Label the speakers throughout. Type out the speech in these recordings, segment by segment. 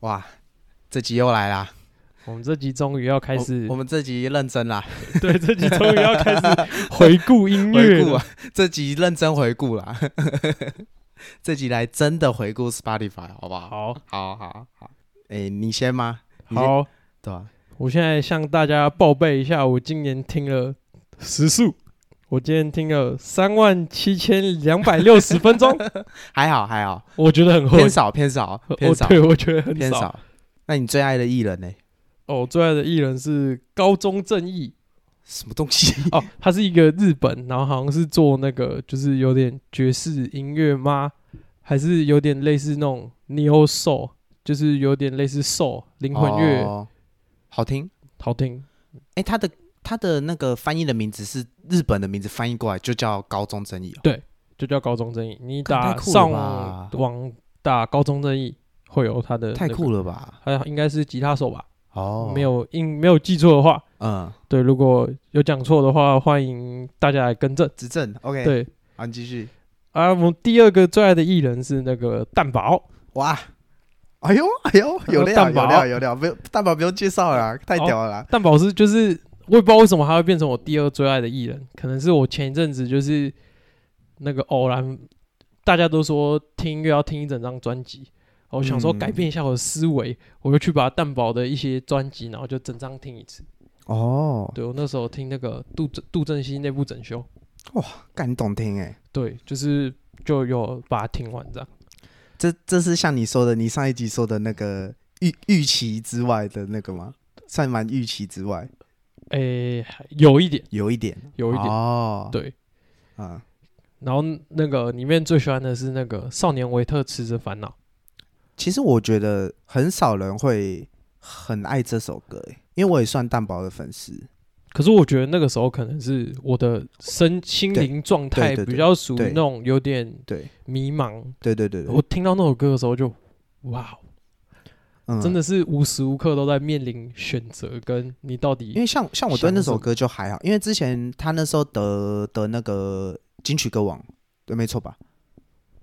Speaker 1: 哇，这集又来啦！
Speaker 2: 我们这集终于要开始
Speaker 1: 我，我们这集认真啦，
Speaker 2: 对，这集终于要 开始回顾音乐
Speaker 1: 回顾
Speaker 2: 了。
Speaker 1: 啊， 这集认真回顾啦， 这集来真的回顾 Spotify 好不好？
Speaker 2: 好
Speaker 1: 好好好，哎、你先吗？你先
Speaker 2: 好，
Speaker 1: 对啊吧、
Speaker 2: 我现在向大家报备一下，我今年听了时速，我今天听了三万七千两百六十 分钟，
Speaker 1: 还好还好，
Speaker 2: 我觉得很厚
Speaker 1: 偏，少偏少偏
Speaker 2: 我
Speaker 1: 少
Speaker 2: 对我觉得很
Speaker 1: 偏
Speaker 2: 少。
Speaker 1: 少。那你最爱的艺人呢？
Speaker 2: 哦，我最爱的艺人是高中正义，
Speaker 1: 什么东西？
Speaker 2: 哦，他是一个日本，然后好像是做那个就是有点爵士音乐吗？还是有点类似那种 neo soul，就是有点类似 soul 灵魂乐，
Speaker 1: 哦好听。
Speaker 2: 好听。
Speaker 1: 哎、他的他的那个翻译的名字是日本的名字，翻译过来就叫高中正义、哦。
Speaker 2: 就叫高中正义。你
Speaker 1: 干
Speaker 2: 打
Speaker 1: 太酷了
Speaker 2: 上
Speaker 1: 吧
Speaker 2: 网打高中正义，会有他的、
Speaker 1: 太酷
Speaker 2: 了。
Speaker 1: 了吧！
Speaker 2: 他应该是吉他手吧？
Speaker 1: 哦，
Speaker 2: 呃没，有应没有记错的话，
Speaker 1: 嗯，
Speaker 2: 对，如果有讲错的话，欢迎大家来更正。
Speaker 1: 执政，OK，，
Speaker 2: 对
Speaker 1: 好，你继续。
Speaker 2: 啊，我们第二个最爱的艺人是那个蛋堡，
Speaker 1: 哇，哎呦哎呦， 有料哦
Speaker 2: 蛋
Speaker 1: 有
Speaker 2: 堡
Speaker 1: 料有料，不用蛋堡不用介绍了啦，太屌了啦。
Speaker 2: 蛋堡是就是我也不知道为什么他会变成我第二最爱的艺人，可能是我前一阵子就是那个偶然，大家都说听音乐要听一整张专辑。我想说
Speaker 1: 嗯
Speaker 2: 改变一下我的思维，我就去把蛋堡的一些专辑，然后就整张听一次。
Speaker 1: 哦，
Speaker 2: 对我那时候听那个杜正杜振熙内部整修，
Speaker 1: 干你懂听哎、
Speaker 2: 对，就是就有把它听完这样。
Speaker 1: 这这是像你说的，你上一集说的那个预预期之外的那个吗？算蛮预期之外，
Speaker 2: 诶、有一点，
Speaker 1: 有一点，
Speaker 2: 有一点，
Speaker 1: 哦，
Speaker 2: 对。
Speaker 1: 啊、
Speaker 2: 然后那个里面最喜欢的是那个少年维特吃着烦恼，
Speaker 1: 其实我觉得很少人会很爱这首歌、欸，因为我也算蛋堡的粉丝，
Speaker 2: 可是我觉得那个时候可能是我的身心灵状态
Speaker 1: 对对对
Speaker 2: 比较属于
Speaker 1: 对
Speaker 2: 那种有点
Speaker 1: 对
Speaker 2: 迷茫。
Speaker 1: 对对对对，
Speaker 2: 我听到那首歌的时候就，哇，
Speaker 1: 嗯
Speaker 2: 真的是无时无刻都在面临选择，跟你到
Speaker 1: 因
Speaker 2: 底
Speaker 1: 为像像我对
Speaker 2: 想
Speaker 1: 那首
Speaker 2: 什么
Speaker 1: 歌就还好，因为之前他那时候得得那个金曲歌王，对，没错吧？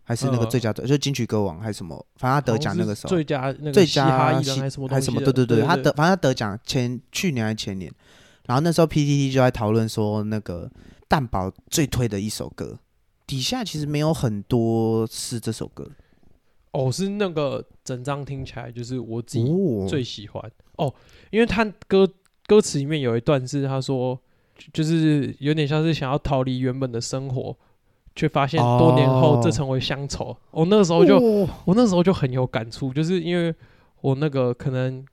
Speaker 1: 还是那个
Speaker 2: 呃
Speaker 1: 最佳的，就是金曲歌王还是什么？反正他得奖那个时
Speaker 2: 好像
Speaker 1: 候
Speaker 2: 是最佳那
Speaker 1: 最
Speaker 2: 个嘻
Speaker 1: 佳
Speaker 2: 哈艺人
Speaker 1: 嘻
Speaker 2: 还是什么东
Speaker 1: 还
Speaker 2: 西
Speaker 1: 是什么？
Speaker 2: 的
Speaker 1: 对对
Speaker 2: 对
Speaker 1: 对，他得反正他得奖前去年还是前年，然后那时候 PTT 就在讨论说那个蛋堡最推的一首歌，底下其实没有很多是这首歌
Speaker 2: 哦，是那个整张听起来就是我自己
Speaker 1: 哦
Speaker 2: 最喜欢哦因为他歌歌词里面有一段是他说，就就是有点像是想要逃离原本的生活，却发现多年后这
Speaker 1: 哦
Speaker 2: 成为乡愁。我、那个时候就、
Speaker 1: 哦
Speaker 2: 我那时候就很有感触，就是因为我那个可能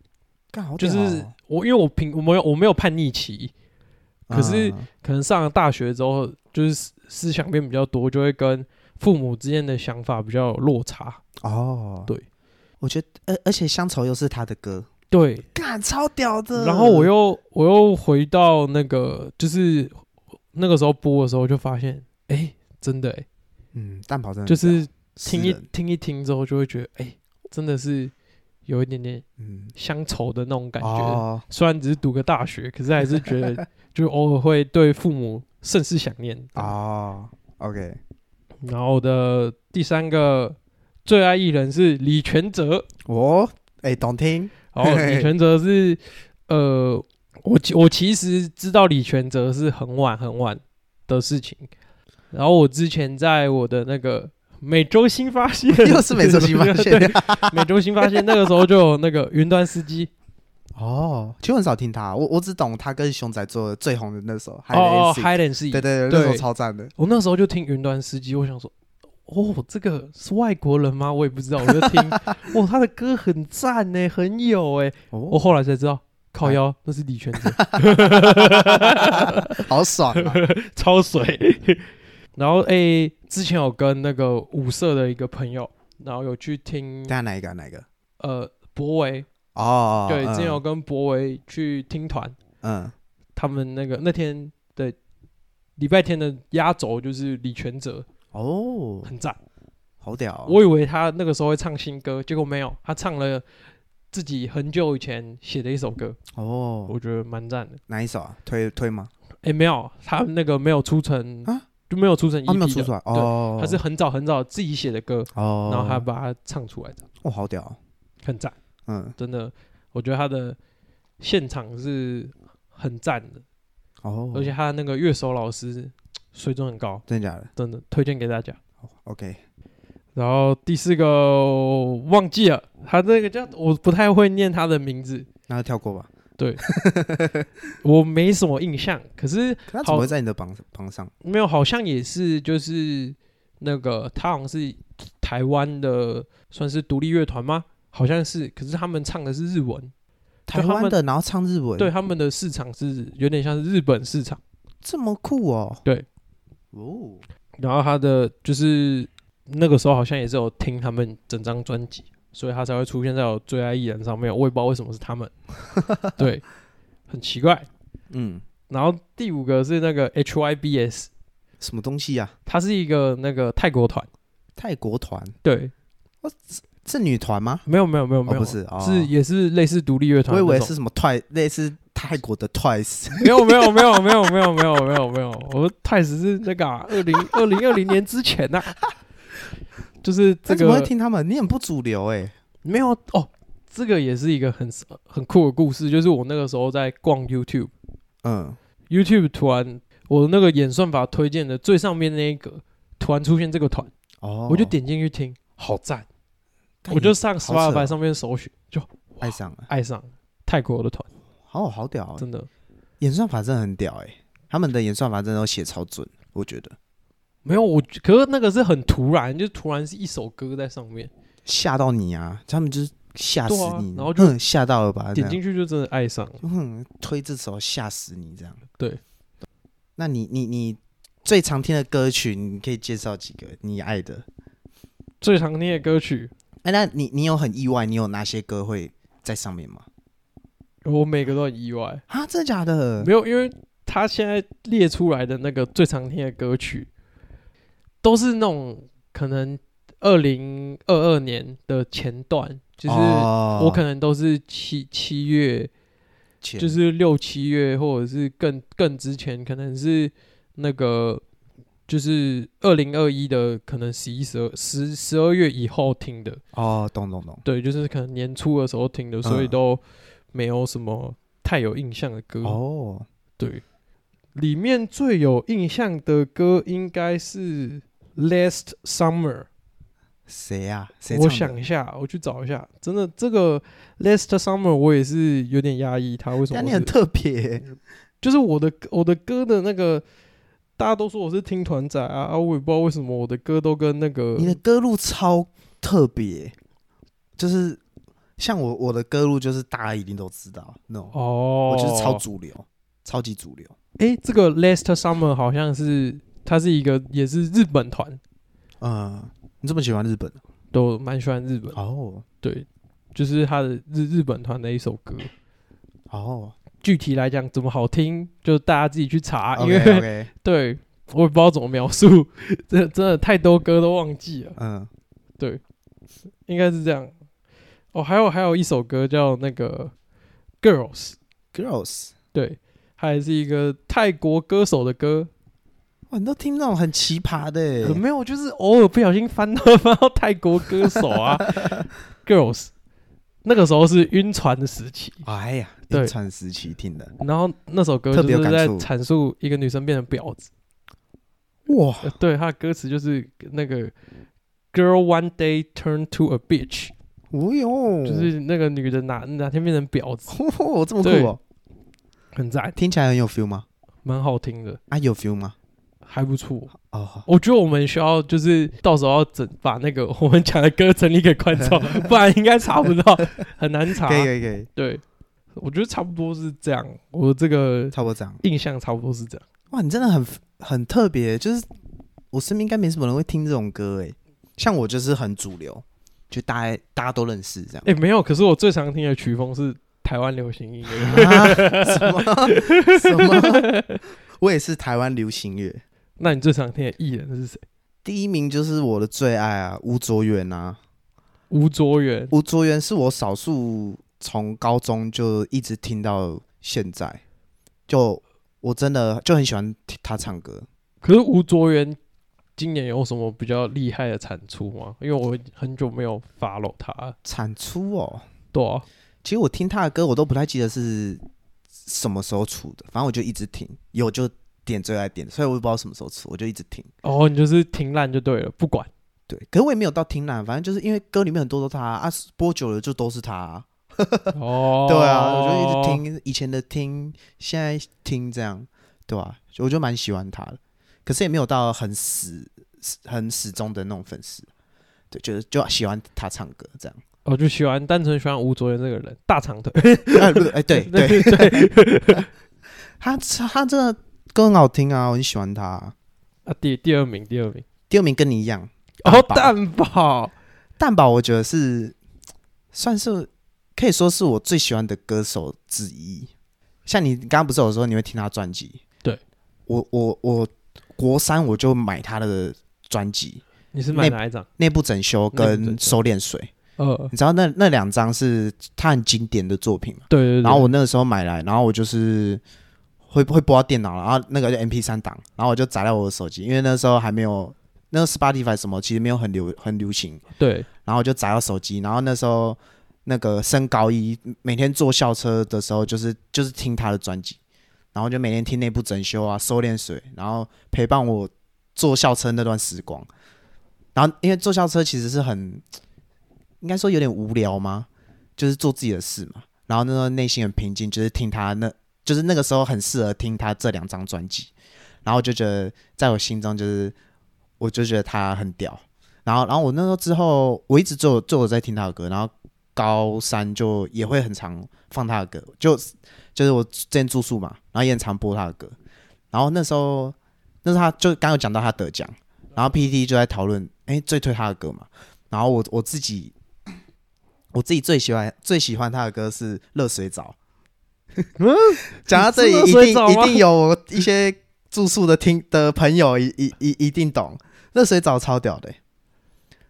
Speaker 1: 干好
Speaker 2: 就
Speaker 1: 屌
Speaker 2: 是
Speaker 1: 哦
Speaker 2: 我因为我平我没有我没有叛逆期，可是
Speaker 1: 嗯
Speaker 2: 可能上了大学之后就是思思想变比较多，就会跟父母之间的想法比较有落差。
Speaker 1: 哦，
Speaker 2: 对，
Speaker 1: 我觉得而而且乡愁又是他的歌。
Speaker 2: 对，
Speaker 1: 干超屌的。
Speaker 2: 然后我又我又回到那个，就是那个时候播的时候，就发现，哎、真的、诶
Speaker 1: 嗯，蛋堡真的
Speaker 2: 就
Speaker 1: 很屌
Speaker 2: 是听一
Speaker 1: 诗人
Speaker 2: 听一听之后，就会觉得，哎、真的是有一点点
Speaker 1: 嗯
Speaker 2: 乡愁的那种感觉。
Speaker 1: 哦，
Speaker 2: 虽然只是读个大学，可是还是 觉得，就偶尔会对父母甚是想念啊。
Speaker 1: 哦，OK，
Speaker 2: 然后我的第三个最爱艺人是李全哲，
Speaker 1: 我哎懂听，
Speaker 2: 然后李全哲是，呃，我其我其实知道李全哲是很晚很晚的事情，然后我之前在我的那个每周新发现
Speaker 1: 又是每周新发现
Speaker 2: 对，每周新发现那个时候就有那个云端 司机，
Speaker 1: 哦。其实我很少听他，我我只懂他跟熊仔做的最红的那首《
Speaker 2: 哦哦
Speaker 1: Hide and Seek
Speaker 2: ，Highland 是，
Speaker 1: 对对对，
Speaker 2: 对
Speaker 1: 那首超赞的。
Speaker 2: 我那时候就听云端司机，我想说。哦，这个是外国人吗？我也不知道，我就听， 哇，他的歌很赞呢，很有哎。我
Speaker 1: 哦，
Speaker 2: 后来才知道，靠腰那是李全 哲。
Speaker 1: 好爽 啊！
Speaker 2: 超水。 然后诶、之前有跟那个舞社的一个朋友，然后有去听
Speaker 1: 等下哪一个？哪一个？
Speaker 2: 呃博维，
Speaker 1: 哦，
Speaker 2: 对，
Speaker 1: 嗯
Speaker 2: 之前有跟博维去听团，
Speaker 1: 嗯
Speaker 2: 他们那个那天的礼拜天的压轴就是李全哲，
Speaker 1: 哦，
Speaker 2: 很赞。
Speaker 1: 好屌哦。
Speaker 2: 我以为他那个时候会唱新歌，结果没有，他唱了自己很久以前写的一首歌，
Speaker 1: 哦，
Speaker 2: 我觉得蛮赞的。
Speaker 1: 哪一首啊？推推吗？
Speaker 2: 诶，没有，他那个没有出成
Speaker 1: 啊
Speaker 2: 就没有出成 EP
Speaker 1: 他没有
Speaker 2: E 的
Speaker 1: 出出来
Speaker 2: 对
Speaker 1: 哦，
Speaker 2: 他是很早很早自己写的歌，
Speaker 1: 哦，
Speaker 2: 然后他把它唱出来的，
Speaker 1: 哦好屌哦，
Speaker 2: 很赞。
Speaker 1: 嗯，
Speaker 2: 真的，我觉得他的现场是很赞的，
Speaker 1: 哦，
Speaker 2: 而且他那个乐手老师水准很高，
Speaker 1: 真的假的
Speaker 2: 真的推荐给大家。
Speaker 1: 哦？OK，
Speaker 2: 然后第四个我忘记了，他那个叫我不太会念他的名字，
Speaker 1: 那就跳过吧。
Speaker 2: 我没什么印象，可是
Speaker 1: 可他怎么会在你的榜榜上？
Speaker 2: 没有，好像也是就是那个他好像是台湾的算是独立乐团吗？好像是，可是他们唱的是日文，
Speaker 1: 台
Speaker 2: 他
Speaker 1: 湾
Speaker 2: 们
Speaker 1: 的，然后唱日文，
Speaker 2: 对，他们的市场是有点像是日本市场。
Speaker 1: 这么酷哦。
Speaker 2: 对，
Speaker 1: 哦，
Speaker 2: 然后他的就是那个时候好像也是有听他们整张专辑，所以他才会出现在我最爱艺人上面。我也不知道为什么是 他们，对，很奇怪。
Speaker 1: 嗯，
Speaker 2: 然后第五个是那个 HYBS，
Speaker 1: 什么东西呀？
Speaker 2: 它是一个那个泰国团，
Speaker 1: 泰国团
Speaker 2: 对，
Speaker 1: 是女团吗？
Speaker 2: 没有没有没有没
Speaker 1: 哦，
Speaker 2: 有，
Speaker 1: 不是，哦
Speaker 2: 是也是类似独立乐团
Speaker 1: 我以
Speaker 2: 那种，
Speaker 1: 为是什么 Twice，类似泰国的 Twice。
Speaker 2: 没有没有没有没有没有没有没有没有，我泰斯是那个二零二零二零年之前呐、就是
Speaker 1: 他
Speaker 2: 这
Speaker 1: 怎么会
Speaker 2: 个
Speaker 1: 听他们？你很不主流哎。
Speaker 2: 没有哦，这个也是一个很很酷的故事，就是我那个时候在逛 YouTube，YouTube
Speaker 1: 嗯，
Speaker 2: 突然我那个演算法推荐的最上面那一个突然出现这个团，
Speaker 1: 哦，
Speaker 2: 我就点进去听，好赞，
Speaker 1: 干，
Speaker 2: 我就上
Speaker 1: 好扯哦
Speaker 2: Spotify 上面搜寻，就
Speaker 1: 爱上了，
Speaker 2: 爱上泰国的团，
Speaker 1: 好好屌哦，
Speaker 2: 真的
Speaker 1: 演算法真的很屌哎，他们的演算法真的都写超准，我觉得
Speaker 2: 没有我，可是那个是很突然，就突然是一首歌在上面。
Speaker 1: 吓到你啊，他们就是吓死
Speaker 2: 对啊
Speaker 1: 你，
Speaker 2: 然后就
Speaker 1: 哼吓到了吧，这
Speaker 2: 点
Speaker 1: 样
Speaker 2: 进去就真的爱上了。
Speaker 1: 哼推这首吓死你这样。
Speaker 2: 对，
Speaker 1: 那你你你最常听的歌曲，你可以介绍几个你爱的？
Speaker 2: 最常听的歌曲，
Speaker 1: 哎，那你你有很意外，你有哪些歌会在上面吗？
Speaker 2: 我每个都很意外，
Speaker 1: 啊，真的假的
Speaker 2: 没？有，因为他现在列出来的那个最常听的歌曲，都是那种可能二零二二年的前段，就是
Speaker 1: 我
Speaker 2: 我可能都是七七月，就是六七月，或者是更更之前，可能是那个。就是二零二一的，可能十一、十二、十十二月以后听的，
Speaker 1: 哦，懂懂懂。
Speaker 2: 对，就是可能年初的时候听的，所以
Speaker 1: 嗯
Speaker 2: 都没有什么太有印象的歌。
Speaker 1: 哦，
Speaker 2: 对，里面最有印象的歌应该是《Last Summer
Speaker 1: 谁呀？谁》。唱
Speaker 2: 我
Speaker 1: 的
Speaker 2: 想一下，我去找一下。真的，这个《Last Summer》我也是有点压抑，它为什么
Speaker 1: 但
Speaker 2: 是？
Speaker 1: 你很特别欸、
Speaker 2: 就是我的我的歌的那个，大家都说我是听团仔啊，啊，我也不知道为什么我的歌都跟那个
Speaker 1: 你的歌路超特别欸，就是像我我的歌路就是大家一定都知道那种，
Speaker 2: 哦，
Speaker 1: 我就是超主流，超级主流。
Speaker 2: 诶，这个 Last Summer 好像是它是一个也是日本团，
Speaker 1: 嗯，你这么喜欢日本
Speaker 2: 都蛮喜欢日本。
Speaker 1: 哦
Speaker 2: 对，就是他的日日本团的一首歌。
Speaker 1: 哦
Speaker 2: 具体来讲怎么好听，就大家自己去
Speaker 1: 啊
Speaker 2: 查因为
Speaker 1: OK OK，
Speaker 2: 对我也不知道怎么描述， 这真的太多歌都忘记了，
Speaker 1: 嗯，
Speaker 2: 应该是这样。哦，还有还有一首歌叫那个 Girls，
Speaker 1: Girls，
Speaker 2: 对，它也是一个泰国歌手的歌，
Speaker 1: 哇，你都听那种很奇葩的
Speaker 2: 呃
Speaker 1: 欸，
Speaker 2: 没有，就是偶尔不小心翻到翻到泰国歌手 啊，Girls，那个时候是晕船的时期，
Speaker 1: 哎呀，
Speaker 2: 对
Speaker 1: 冰川时期听的，
Speaker 2: 然后那首歌
Speaker 1: 特
Speaker 2: 就
Speaker 1: 别有
Speaker 2: 是
Speaker 1: 感
Speaker 2: 在
Speaker 1: 触
Speaker 2: 阐述一个女生变成婊子，
Speaker 1: 哇，
Speaker 2: 呃对，她的歌词就是那个 “girl one day turn to a bitch”，、
Speaker 1: 哦哟，
Speaker 2: 就是那个女的哪哪天变成婊子，
Speaker 1: 哦这么酷
Speaker 2: 对
Speaker 1: 哦，
Speaker 2: 很赞，
Speaker 1: 听起来很有 feel 吗？
Speaker 2: 蛮好听的，
Speaker 1: 啊，有 feel 吗？
Speaker 2: 还不错。
Speaker 1: 哦，
Speaker 2: 我觉得我们需要就是到时候要整把那个我们讲的歌整理给观 众，不然应该查不到，很难查
Speaker 1: 可。以可以可以，
Speaker 2: 对，我觉得差不多是这样，我这个
Speaker 1: 差不多这样。
Speaker 2: 印象差不多是这样。
Speaker 1: 哇，你真的很很特别，就是我身边应该没什么人会听这种歌诶，像我就是很主流，就大家大家都认识 这样。
Speaker 2: 哎、没有，可是我最常听的曲风是台湾流行音乐。
Speaker 1: 啊、什么 什么？我也是台湾流行乐
Speaker 2: 那你最常听的艺人是谁？
Speaker 1: 第一名，就是我的最爱啊，吴卓源啊。
Speaker 2: 吴卓源。
Speaker 1: 吴卓源是我少数从高中就一直听到现在，就我真的就很喜欢听他唱歌。
Speaker 2: 可是吴卓源今年有什么比较厉害的产出吗？因为我很久没有 follow 他了。
Speaker 1: 产出哦，
Speaker 2: 对啊，
Speaker 1: 其实我听他的歌，我都不太记得是什么时候出的，反正我就一直听，有就点最爱点，所以我也不知道什么时候出，我就一直听。
Speaker 2: 哦，你就是停烂就对了，不 管。
Speaker 1: 对，可是我也没有到听烂，反正就是因为歌里面很多都他啊，播久了就都是他啊、
Speaker 2: 哦，
Speaker 1: 对啊，我就一直听以前的听，现在听这样，对吧、啊？我就蛮喜欢他的，可是也没有到很死、死很始终的那种粉丝，对，就是就喜欢他唱歌这样。
Speaker 2: 我就喜欢单纯喜欢吴卓源这个人，大长腿。
Speaker 1: 哎、不是哎 对对，
Speaker 2: 对，
Speaker 1: 他他真的歌很好听啊，我很喜欢他、
Speaker 2: 啊，第第二名，第二名。
Speaker 1: 第二名跟你一样，
Speaker 2: 哦，
Speaker 1: 蛋
Speaker 2: 蛋堡，
Speaker 1: 蛋宝我觉得是算是可以说是我最喜欢的歌手之一。像你刚刚不是有说你会听他专辑？
Speaker 2: 对，
Speaker 1: 我我我国三我就买他的专辑
Speaker 2: 你是买哪一张？
Speaker 1: 《内部整修》
Speaker 2: 内部
Speaker 1: 跟
Speaker 2: 整
Speaker 1: 《
Speaker 2: 修
Speaker 1: 收敛水》，
Speaker 2: 呃，
Speaker 1: 你知道那那两张是他很经典的作品嘛？
Speaker 2: 对对对。
Speaker 1: 然后我那个时候买来，然后我就是会会播到电脑，然后那个就 MP 三档，然后我就载在我的手机，因为那时候还没有那个 Spotify 什么，其实没有很流很流行，
Speaker 2: 对，
Speaker 1: 然后我就载到手机，然后那时候那个升高一，每天坐校车的时候，就是就是听他的专辑，然后就每天听内部整修啊、收敛水，然后陪伴我坐校车那段时光。然后因为坐校车其实是很，应该说有点无聊吗？就是做自己的事嘛。然后那时候内心很平静，就是听他那，就是那个时候很适合听他这两张专辑。然后我就觉得，在我心中就是，我就觉得他很屌。然后，然后我那时候之后，我一直就有就有在听他的歌，然后高三就也会很常放他的歌，就就是我之前住宿嘛，然后也很常播他的歌。然后那时候，那时候他就刚有讲到他得奖，然后 PPT 就在讨论，哎，最推他的歌嘛。然后我我自己，我自己最喜欢最喜欢他的歌是《热水澡》。
Speaker 2: 嗯，
Speaker 1: 讲到这里，
Speaker 2: 你
Speaker 1: 一
Speaker 2: 是热水
Speaker 1: 定
Speaker 2: 澡
Speaker 1: 一
Speaker 2: 吗
Speaker 1: 定有一些住宿的听的朋友一一一一定懂，热水澡超屌的、欸，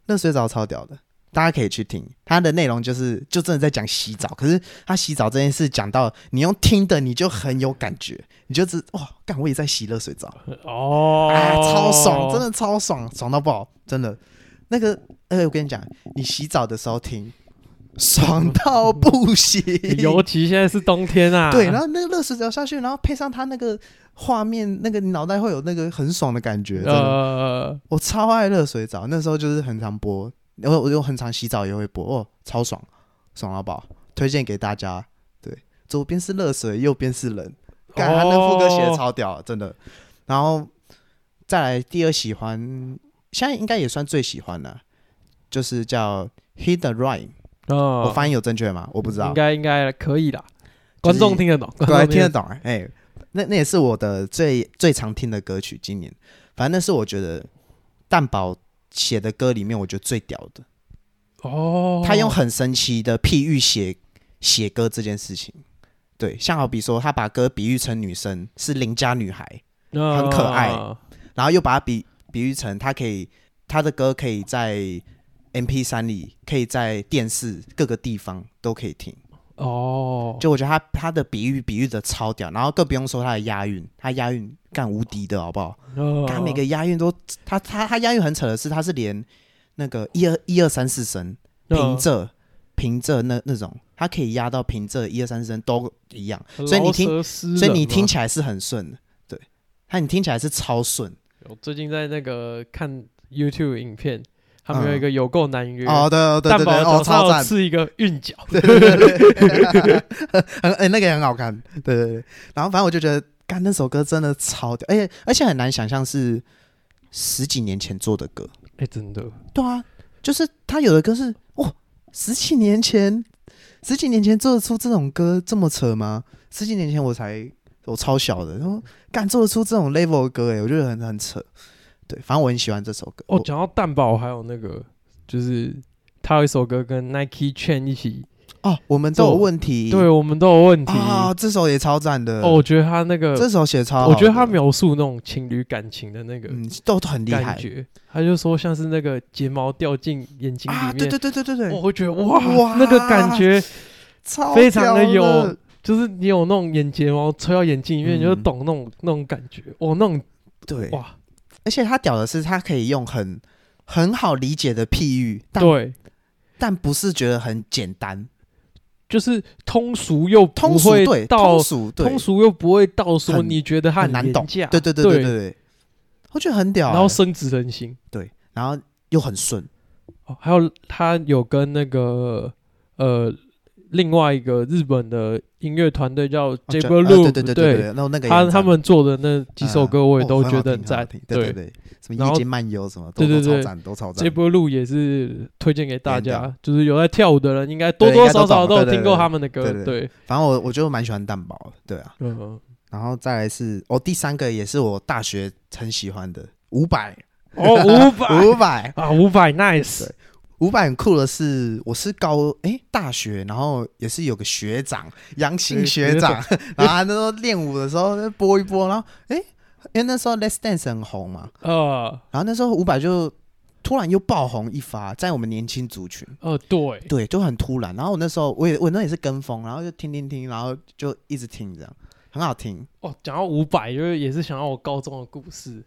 Speaker 1: 热水澡超屌的，大家可以去听。它的内容就是就真的在讲洗澡，可是他洗澡这件事讲到你用听的，你就很有感觉，你就知哇，干我也在洗热水澡，
Speaker 2: 哦，
Speaker 1: 啊，超爽，真的超爽，爽到爆，真的。那个，呃，我跟你讲，你洗澡的时候听，爽到不行，
Speaker 2: 尤其现在是冬天啊。
Speaker 1: 对，然后那个热水澡下去，然后配上它那个画面，那个你脑袋会有那个很爽的感觉。真的
Speaker 2: 呃，
Speaker 1: 我超爱热水澡，那时候就是很常播，然后我就很常洗澡也会播，哦，超爽，爽到爆，推荐给大家。对，左边是热水，右边是人，干他那副歌
Speaker 2: 哦
Speaker 1: 写的超屌，真的。然后再来第二喜欢，现在应该也算最喜欢了，就是叫 Hit the Rhyme，、
Speaker 2: 哦，
Speaker 1: 我翻译有正确吗？我不知道
Speaker 2: 应，该应该可以啦，
Speaker 1: 就
Speaker 2: 观
Speaker 1: 是
Speaker 2: 众听得懂，观
Speaker 1: 对，
Speaker 2: 众
Speaker 1: 听得
Speaker 2: 得懂。
Speaker 1: 懂哎、哎那那也是我的最最常听的歌曲。今年，反正那是我觉得蛋宝写的歌里面，我觉得最屌的。
Speaker 2: 哦，
Speaker 1: 他用很神奇的譬喻写写歌这件事情，对，像好比说，他把歌比喻成女生是邻家女孩，很可爱
Speaker 2: 呃
Speaker 1: 然后又把它比比喻成他可以他的歌可以在 M P 三里，可以在电视各个地方都可以听。
Speaker 2: 哦，
Speaker 1: 就我觉得他他的比喻比喻的超屌，然后更不用说他的押韵，他押韵干无敌的好不好？
Speaker 2: 呃
Speaker 1: 他每个押韵都，他他他押韵很扯的是，他是连那个一二一二三四声
Speaker 2: 哦
Speaker 1: 平仄平仄那那种，他可以压到平仄一二三四声都一样，
Speaker 2: 呃
Speaker 1: 所以你
Speaker 2: 饶
Speaker 1: 听
Speaker 2: 舌诗
Speaker 1: 所以
Speaker 2: 人
Speaker 1: 你
Speaker 2: 吗
Speaker 1: 听起来是很顺的，对，他你听起来是超顺
Speaker 2: 我最近在那个看 YouTube 影片，他们
Speaker 1: 嗯
Speaker 2: 有一个有够难约，
Speaker 1: 哦，对哦对
Speaker 2: 蛋
Speaker 1: 对对，
Speaker 2: 堡
Speaker 1: 哦
Speaker 2: 早
Speaker 1: 超
Speaker 2: 上
Speaker 1: 赞，
Speaker 2: 是一个韵脚，
Speaker 1: 对对对对，很哎、那个也很好看，对对对。然后反正我就觉得，干那首歌真的超屌，而且而且很难想象是十几年前做的歌，
Speaker 2: 哎，真的，
Speaker 1: 对啊，就是他有的歌是哦，十几年前，十几年前做得出这种歌这么扯吗？十几年前我才我超小的，然后敢做得出这种 level 的歌、欸，哎，我觉得很很扯。对，反正我很喜欢这首歌。
Speaker 2: 哦，
Speaker 1: 我
Speaker 2: 讲到蛋堡，还有那个就是他有一首歌跟 Nike Chain 一起，
Speaker 1: 哦，我们都有问题。
Speaker 2: 对我们都有问题
Speaker 1: 啊、这首也超赞的。
Speaker 2: 哦，我觉得他那个，
Speaker 1: 这哦首写超好的，
Speaker 2: 我觉得他描述那种情侣感情的那个
Speaker 1: 嗯，都都很厉害
Speaker 2: 感觉，他就说像是那个睫毛掉进眼睛里面，
Speaker 1: 啊！对对对对对
Speaker 2: 我
Speaker 1: 对，
Speaker 2: 会觉得哇
Speaker 1: 哇
Speaker 2: 那个感觉
Speaker 1: 超
Speaker 2: 非常的
Speaker 1: 屌
Speaker 2: 有就是你有那种眼睫毛吹到眼睛里面，
Speaker 1: 嗯
Speaker 2: 你就懂那种那种感觉，哦，那种
Speaker 1: 对，
Speaker 2: 哇，
Speaker 1: 而且他屌的是，他可以用很很好理解的譬喻，但
Speaker 2: 对，
Speaker 1: 但不是觉得很简单，
Speaker 2: 就是通俗又不
Speaker 1: 通俗
Speaker 2: 会
Speaker 1: 对，
Speaker 2: 到
Speaker 1: 通俗对，
Speaker 2: 通俗又不会到说
Speaker 1: 很
Speaker 2: 你觉得它
Speaker 1: 很难
Speaker 2: 廉
Speaker 1: 懂，
Speaker 2: 价，
Speaker 1: 对对对对对，我觉得很屌欸、
Speaker 2: 然后深植人心。
Speaker 1: 对，然后又很顺，
Speaker 2: 哦，还有他有跟那个呃另外一个日本的音乐团队叫 j a b e
Speaker 1: 啊
Speaker 2: l
Speaker 1: 对
Speaker 2: o
Speaker 1: 对对对对，然后那个也
Speaker 2: 他
Speaker 1: 很
Speaker 2: 他
Speaker 1: 赞
Speaker 2: 们做的那几首歌我也
Speaker 1: 嗯
Speaker 2: 都
Speaker 1: 哦很
Speaker 2: 觉
Speaker 1: 好
Speaker 2: 得很
Speaker 1: 听
Speaker 2: 赞
Speaker 1: 好听，对对对，什
Speaker 2: 然
Speaker 1: 么
Speaker 2: 后
Speaker 1: 夜间漫游什么，都
Speaker 2: 对对
Speaker 1: 都超
Speaker 2: 对
Speaker 1: 赞，都超赞
Speaker 2: 这，波路也是推荐给大
Speaker 1: 也很
Speaker 2: 家，就是有在跳舞的人，应该多多少少都有听过他们的歌
Speaker 1: 对。对
Speaker 2: 对，
Speaker 1: 反正我我觉得我蛮喜欢蛋堡的，对啊，
Speaker 2: 嗯，
Speaker 1: 然后再来是哦，第三个也是我大学很喜欢的伍佰，
Speaker 2: 哦，五 百
Speaker 1: 伍佰，
Speaker 2: 啊，五百 nice，
Speaker 1: 伍佰很酷的是，我是高哎大学，然后也是有个学长杨
Speaker 2: 对
Speaker 1: 琴学长， 然后他那时候练舞的时候就播一播，然后哎，因为那时候 Let's Dance 很红嘛，
Speaker 2: 呃
Speaker 1: 然后那时候伍佰就突然又爆红一发，在我们年轻族群。
Speaker 2: 呃，对，
Speaker 1: 对，就很突然。然后我那时候我也我那也是跟风，然后就听听听，然后就一直听这样，很好听。
Speaker 2: 哦，讲到五百，就是也是想到我高中的故事。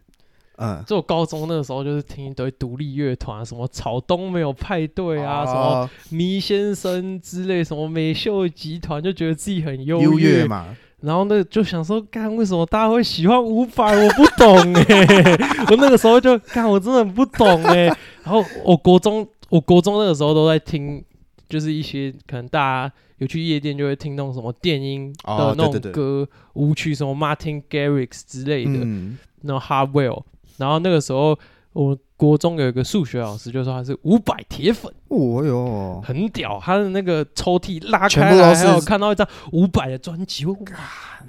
Speaker 1: 嗯，
Speaker 2: 就我高中那个时候，就是听一堆独立乐团啊，什么草东没有派对啊，什么
Speaker 1: 哦
Speaker 2: 迷先生之类，什么美秀集团，就觉得自己很优
Speaker 1: 优
Speaker 2: 越
Speaker 1: 越。嘛，
Speaker 2: 然后呢，就想说，干为什么大家会喜欢伍佰？我不懂哎、 我那个时候就干，我真的很不懂哎、然后我国中，我国中那个时候都在听，就是一些可能大家有去夜店就会听那种什么电音的
Speaker 1: 哦
Speaker 2: 那
Speaker 1: 对
Speaker 2: 种
Speaker 1: 对对
Speaker 2: 歌舞曲，什么 Martin Garrix 之类的，
Speaker 1: 嗯，
Speaker 2: 那种 Hardwell。然后那个时候，我国中有一个数学老师就说他是伍佰铁粉。
Speaker 1: 哦哟，
Speaker 2: 很屌，他的那个抽屉拉
Speaker 1: 全
Speaker 2: 开
Speaker 1: 部
Speaker 2: 来，
Speaker 1: 都是
Speaker 2: 还有看到一张伍佰的专辑，我哇！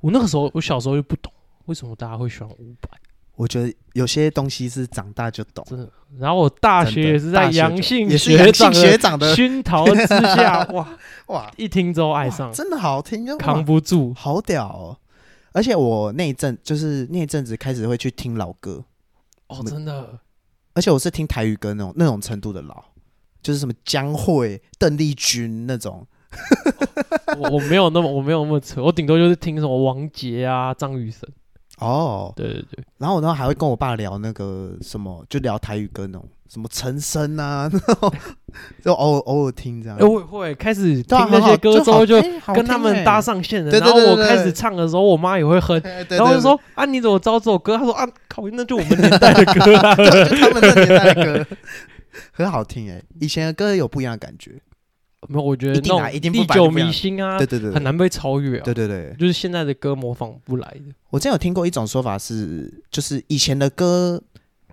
Speaker 2: 我那个时候，我小时候就不懂为什么大家会喜欢伍佰，
Speaker 1: 我觉得有些东西是长大就懂，
Speaker 2: 真的。然后我大学
Speaker 1: 真的
Speaker 2: 也是在
Speaker 1: 大学就
Speaker 2: 阳性
Speaker 1: 也是杨
Speaker 2: 长
Speaker 1: 姓
Speaker 2: 的
Speaker 1: 学长的
Speaker 2: 熏陶之下，哇，
Speaker 1: 哇，
Speaker 2: 一听之后爱
Speaker 1: 哇
Speaker 2: 上，
Speaker 1: 真的好听，就
Speaker 2: 扛
Speaker 1: 哇
Speaker 2: 不住。
Speaker 1: 好屌哦。而且我那一阵就是那一阵子开始会去听老歌，
Speaker 2: 哦，真的，
Speaker 1: 而且我是听台语歌那种那种程度的老，就是什么江蕙、邓丽君那种。
Speaker 2: 我我没有那么我没有那么扯，我顶多就是听什么王杰啊、张雨生，
Speaker 1: 哦，
Speaker 2: 对对对，
Speaker 1: 然后我那时候还会跟我爸聊那个什么，就聊台语歌那种，什么陈升啊，那种 就偶尔偶尔听这样。
Speaker 2: 哎，我也会开始听
Speaker 1: 对啊
Speaker 2: 那
Speaker 1: 很好
Speaker 2: 些歌之后，就
Speaker 1: 就好
Speaker 2: 跟他们搭，上线了。
Speaker 1: 对对
Speaker 2: 然后
Speaker 1: 对
Speaker 2: 我
Speaker 1: 对
Speaker 2: 开
Speaker 1: 对
Speaker 2: 始唱的时候，我妈也会哼，
Speaker 1: 哎很听欸对对
Speaker 2: 然后就
Speaker 1: 对
Speaker 2: 说啊，你怎么知道这首歌？他说啊，靠，那就我们年代的歌 啊。
Speaker 1: 对 就他们那年代的歌 很好听哎，以前的歌有不一样的感觉。
Speaker 2: 没有，我觉得
Speaker 1: 一
Speaker 2: 那
Speaker 1: 定啊
Speaker 2: 种
Speaker 1: 一定
Speaker 2: 历
Speaker 1: 不摆脱
Speaker 2: 久
Speaker 1: 不一
Speaker 2: 弥
Speaker 1: 样
Speaker 2: 新啊
Speaker 1: 对，对对，
Speaker 2: 很难被超越啊
Speaker 1: 对。对对，
Speaker 2: 就是现在的歌模仿不来的。
Speaker 1: 我之前有听过一种说法是，就是以前的歌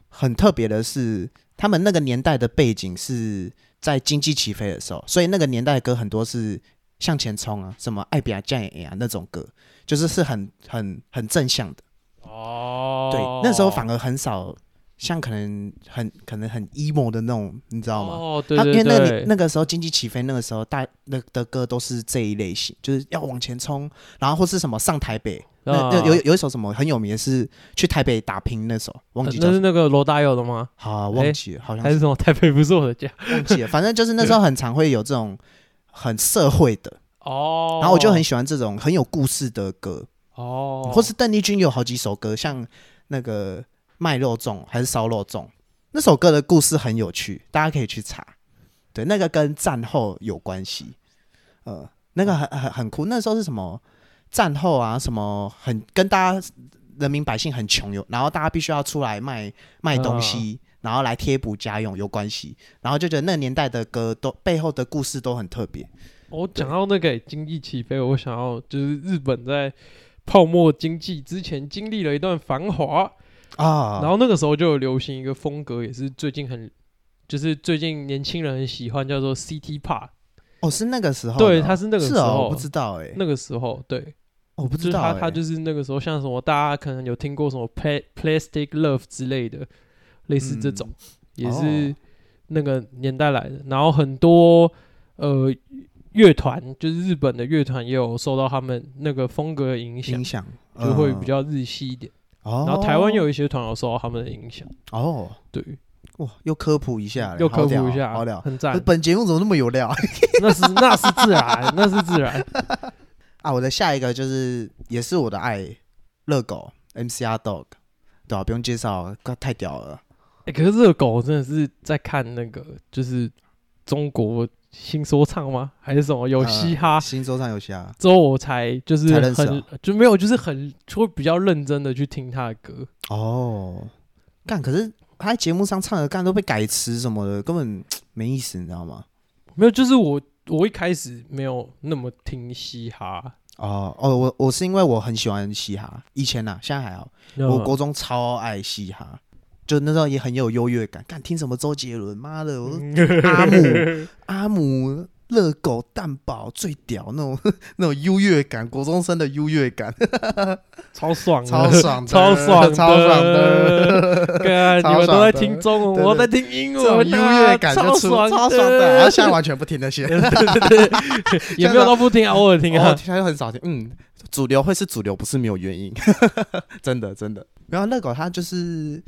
Speaker 1: 很特别的是，他们那个年代的背景是在经济起飞的时候，所以那个年代的歌很多是向前冲啊，什么爱比亚酱呀那种歌，就是是很很很正向的。
Speaker 2: 哦
Speaker 1: 对，那时候反而很少像可能很可能很 emo 的那种，你知道吗？
Speaker 2: 哦，对
Speaker 1: 他因为
Speaker 2: 对
Speaker 1: 那个年
Speaker 2: 对，
Speaker 1: 那个时候经济起飞，那个时候大那的歌都是这一类型，就是要往前冲，然后或是什么上台北，那
Speaker 2: 啊
Speaker 1: 那有有一首什么很有名的是去台北打拼那首，忘记叫
Speaker 2: 呃那
Speaker 1: 什
Speaker 2: 是
Speaker 1: 么，
Speaker 2: 那个罗大佑的吗？
Speaker 1: 好啊忘记了，好像
Speaker 2: 还
Speaker 1: 是
Speaker 2: 是什么台北不是我的家？
Speaker 1: 忘记了，反正就是那时候很常会有这种很社会的，
Speaker 2: 哦，
Speaker 1: 然后我就很喜欢这种很有故事的歌，
Speaker 2: 哦，
Speaker 1: 或是邓丽君有好几首歌，像那个卖肉粽还是烧肉粽，那首歌的故事很有趣，大家可以去查。对，那个跟战后有关系，呃，那个很很很酷。那时候是什么战后啊？什么很跟大家人民百姓很穷有，然后大家必须要出来卖卖东
Speaker 2: 嗯
Speaker 1: 西，然后来贴补家用有关系。然后就觉得那个年代的歌都背后的故事都很特别。
Speaker 2: 我讲到那个经济起飞，我想要就是日本在泡沫经济之前经历了一段繁华，
Speaker 1: 啊，
Speaker 2: 然后那个时候就有流行一个风格，也是最近很，就是最近年轻人很喜欢，叫做 City Pop。
Speaker 1: 哦，是那个时候的哦，
Speaker 2: 对，它是那个时
Speaker 1: 是哦，
Speaker 2: 候，
Speaker 1: 我不知道哎、
Speaker 2: 那个时候，对，
Speaker 1: 我不
Speaker 2: 就是
Speaker 1: 知道
Speaker 2: 它，
Speaker 1: 欸，
Speaker 2: 它就是那个时候，像什么大家可能有听过什么 Pla Plastic Love 之类的，类似这种，也是
Speaker 1: 嗯哦
Speaker 2: 那个年代来的。然后很多呃乐团，就是日本的乐团也有受到他们那个风格的影响
Speaker 1: 影，响，
Speaker 2: 就会
Speaker 1: 嗯。
Speaker 2: 比较日系一点。
Speaker 1: 哦，
Speaker 2: 然后台湾有一些团有受到他们的影响，
Speaker 1: 哦，
Speaker 2: 对，
Speaker 1: 哇，又科普一下嘞，
Speaker 2: 又科
Speaker 1: 好屌
Speaker 2: 普
Speaker 1: 哦
Speaker 2: 一下，
Speaker 1: 好屌。
Speaker 2: 很赞。
Speaker 1: 本节目怎么那么有料 啊
Speaker 2: 那是那是自然， 那是自然。
Speaker 1: 啊？我的下一个就是也是我的爱，热狗 MCR Dog，对啊吧、不用介绍，太屌了。
Speaker 2: 欸可是热狗真的是在看那个，就是中国新说唱吗？还是什么有嘻哈？
Speaker 1: 呃新说唱有嘻哈，
Speaker 2: 之后我才就是
Speaker 1: 才
Speaker 2: 很
Speaker 1: 认识啊
Speaker 2: 就没有，就是很就会比较认真的去听他的歌。
Speaker 1: 哦，干，可是他在节目上唱的干都被改词什么的，根本没意思，你知道吗？
Speaker 2: 没有，就是我我一开始没有那么听嘻哈。
Speaker 1: 哦哦，我我是因为我很喜欢嘻哈，以前呐、现在还好。
Speaker 2: 嗯
Speaker 1: 我国中超爱嘻哈，就那时候也很有优越感。干听什么周杰伦，妈的，
Speaker 2: 嗯
Speaker 1: 我阿姆阿姆热狗蛋堡最屌那种 那种优越感，国中生的优越感，
Speaker 2: 超爽的，
Speaker 1: 超爽的
Speaker 2: 嗯超爽的，
Speaker 1: 超爽的
Speaker 2: 干
Speaker 1: 超
Speaker 2: 你们都
Speaker 1: 爽的
Speaker 2: 在听中
Speaker 1: 对
Speaker 2: 文，
Speaker 1: 对
Speaker 2: 我在听英
Speaker 1: 这种
Speaker 2: 文，
Speaker 1: 优越感
Speaker 2: 大家
Speaker 1: 就出
Speaker 2: 爽
Speaker 1: 超爽的。然后
Speaker 2: 的，
Speaker 1: 现在完全不听那些，
Speaker 2: 对 对对，也没有都不听啊，偶尔听
Speaker 1: 哦
Speaker 2: 啊，
Speaker 1: 现在很少听。嗯，主流会是主流，不是没有原因， 真的真的。然后热狗他就是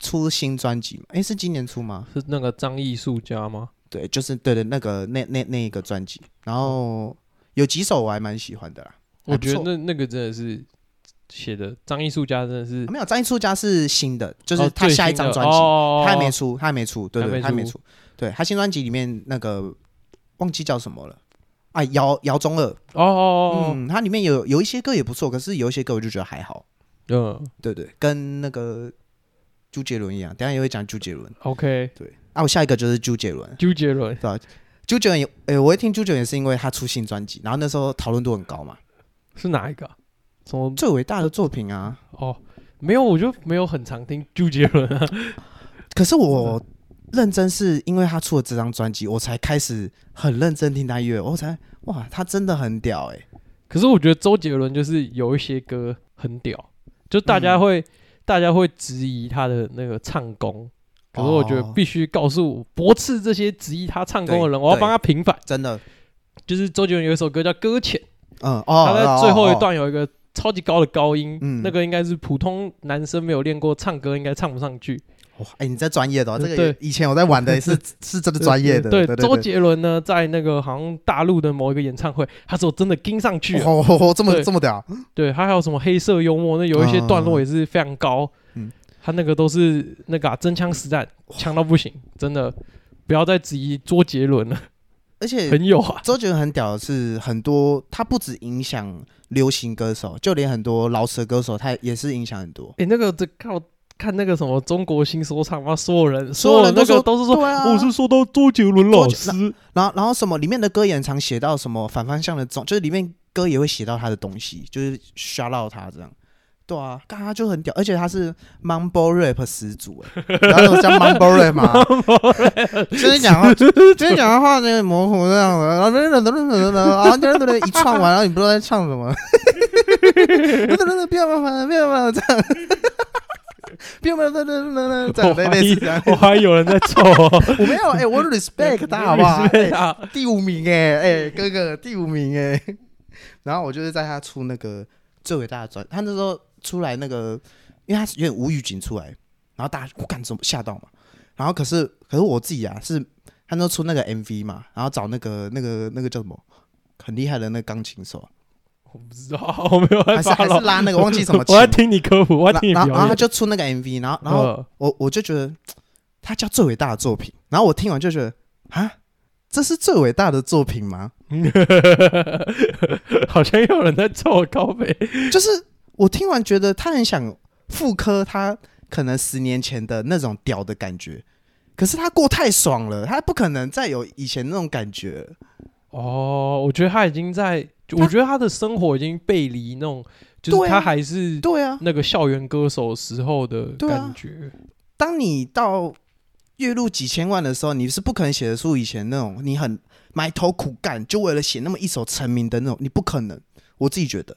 Speaker 1: 出新专辑嘛，诶，是今年出吗？
Speaker 2: 是那个张艺术家吗？
Speaker 1: 对，就是对的那个那那那一个专辑，然后有几首我还蛮喜欢的啦。
Speaker 2: 我
Speaker 1: 还不
Speaker 2: 觉
Speaker 1: 错
Speaker 2: 得那那个真的是写的，张艺术家真的是
Speaker 1: 啊，没有，张艺术家是新的，就是
Speaker 2: 哦
Speaker 1: 他
Speaker 2: 最
Speaker 1: 下一
Speaker 2: 新的
Speaker 1: 张专辑，
Speaker 2: 哦
Speaker 1: 他还没出，他还没出，对
Speaker 2: 还
Speaker 1: 对，
Speaker 2: 没
Speaker 1: 他还没
Speaker 2: 出
Speaker 1: 出，对他新专辑里面那个忘记叫什么了。啊，姚姚中二，
Speaker 2: 哦哦
Speaker 1: 嗯，它里面有有一些歌也不错，可是有一些歌我就觉得还好，
Speaker 2: 哦哦，嗯
Speaker 1: 对对，跟那个周杰伦一样，等一下也会讲周杰伦，
Speaker 2: ，OK，
Speaker 1: 对，啊，我下一个就是周杰伦，
Speaker 2: 周杰伦，
Speaker 1: 周杰伦也，诶、我会听周杰伦也是因为他出新专辑，然后那时候讨论度很高嘛，
Speaker 2: 是哪一个啊？什么？
Speaker 1: 最伟大的作品啊，
Speaker 2: 哦，没有，我就没有很常听周杰伦啊。
Speaker 1: 可是我认真是因为他出了这张专辑，我才开始很认真听他音乐，我才哇，他真的很屌哎、
Speaker 2: 可是我觉得周杰伦就是有一些歌很屌，就大家
Speaker 1: 嗯
Speaker 2: 会、大家会质疑他的那个唱功。可是我觉得
Speaker 1: 哦
Speaker 2: 必须告诉驳斥这些质疑他唱功的
Speaker 1: 对
Speaker 2: 人，我要
Speaker 1: 对
Speaker 2: 帮他平反。
Speaker 1: 真的，
Speaker 2: 就是周杰伦有一首歌叫《搁浅》，
Speaker 1: 嗯哦，
Speaker 2: 他在
Speaker 1: 哦
Speaker 2: 最后一，
Speaker 1: 哦
Speaker 2: 段有一个超级高的高音，
Speaker 1: 嗯
Speaker 2: 那个应该是普通男生没有练过唱歌应该唱不上去。
Speaker 1: 哦哇，哎、你在专业的、哦，这个
Speaker 2: 对
Speaker 1: 也以前我在玩的 也是是真的专业的，
Speaker 2: 对
Speaker 1: 对对
Speaker 2: 周
Speaker 1: 对。
Speaker 2: 杰伦呢，在那个好像大陆的某一个演唱会，他是有真的跟上去了。
Speaker 1: 哦，哦哦这么
Speaker 2: 对
Speaker 1: 这么屌，
Speaker 2: 对，他还有什么黑色幽默，那有一些段落也是非常高。
Speaker 1: 啊嗯
Speaker 2: 他那个都是那个、啊、真枪实弹，枪到不行，真的不要再质疑周杰伦了，
Speaker 1: 而且
Speaker 2: 很有啊。
Speaker 1: 周杰伦很屌的是，很多他不止影响流行歌手，就连很多饶舌歌手，他也是影响很多。
Speaker 2: 哎诶，那个这靠看那个什么中国新说唱嘛，所有人
Speaker 1: 所有人都
Speaker 2: 那个
Speaker 1: 说
Speaker 2: 都是说。
Speaker 1: 对啊，
Speaker 2: 我是说到周杰伦老
Speaker 1: 周杰
Speaker 2: 师，
Speaker 1: 然后然后什么里面的歌也很常写到什么反方向的中，就是里面歌也会写到他的东西，就是 shout out 他这样。对啊，干他就很屌，而且他是 mumble rap 始祖哎、欸，然后叫 mumble rap 嘛，就是讲话，就是讲话那个模糊那样的，然后等等等等等等，然后等等等一唱完，然后你不知道在唱什么，等等等不要麻烦，不要麻烦这样，不要麻烦等等等这样，类类似这样，
Speaker 2: 我还有人在凑哦，
Speaker 1: 我没有哎、我 respect 他好不 好？
Speaker 2: 你是被他
Speaker 1: 第五名哎、哎、哥哥第五名哎、 然后我就是在他出那个最伟大的专，他那时候出来那个，因为他是有点无预警出来，然后大家我感怎么吓到嘛？然后可是可是我自己啊，是他那时候出那个 MV 嘛，然后找那个那个那个叫什么很厉害的那个钢琴手，啊
Speaker 2: 我不知道，我没有在
Speaker 1: 还是还
Speaker 2: 发
Speaker 1: 是
Speaker 2: 了。
Speaker 1: 拉那个忘记什么琴
Speaker 2: 哎 我，在听你科普，我在听你
Speaker 1: 然
Speaker 2: 表
Speaker 1: 后然后他
Speaker 2: 演。
Speaker 1: 就出那个 MV，然后然后
Speaker 2: 呃
Speaker 1: 我我就觉得它叫最伟大的作品，然后我听完就觉得啊，这是最伟大的作品吗？
Speaker 2: 呃好像有人在凑高飞，
Speaker 1: 就是我听完觉得他很想复刻他可能十年前的那种屌的感觉，可是他过太爽了，他不可能再有以前那种感觉了。
Speaker 2: 哦，我觉得他已经在，我觉得他的生活已经背离那种，就是
Speaker 1: 对啊
Speaker 2: 他还是
Speaker 1: 对啊，
Speaker 2: 那个校园歌手时候的
Speaker 1: 对啊
Speaker 2: 感觉。
Speaker 1: 当你到月入几千万的时候，你是不可能写得出以前那种你很埋头苦干，就为了写那么一首成名的那种，你不可能。我自己觉得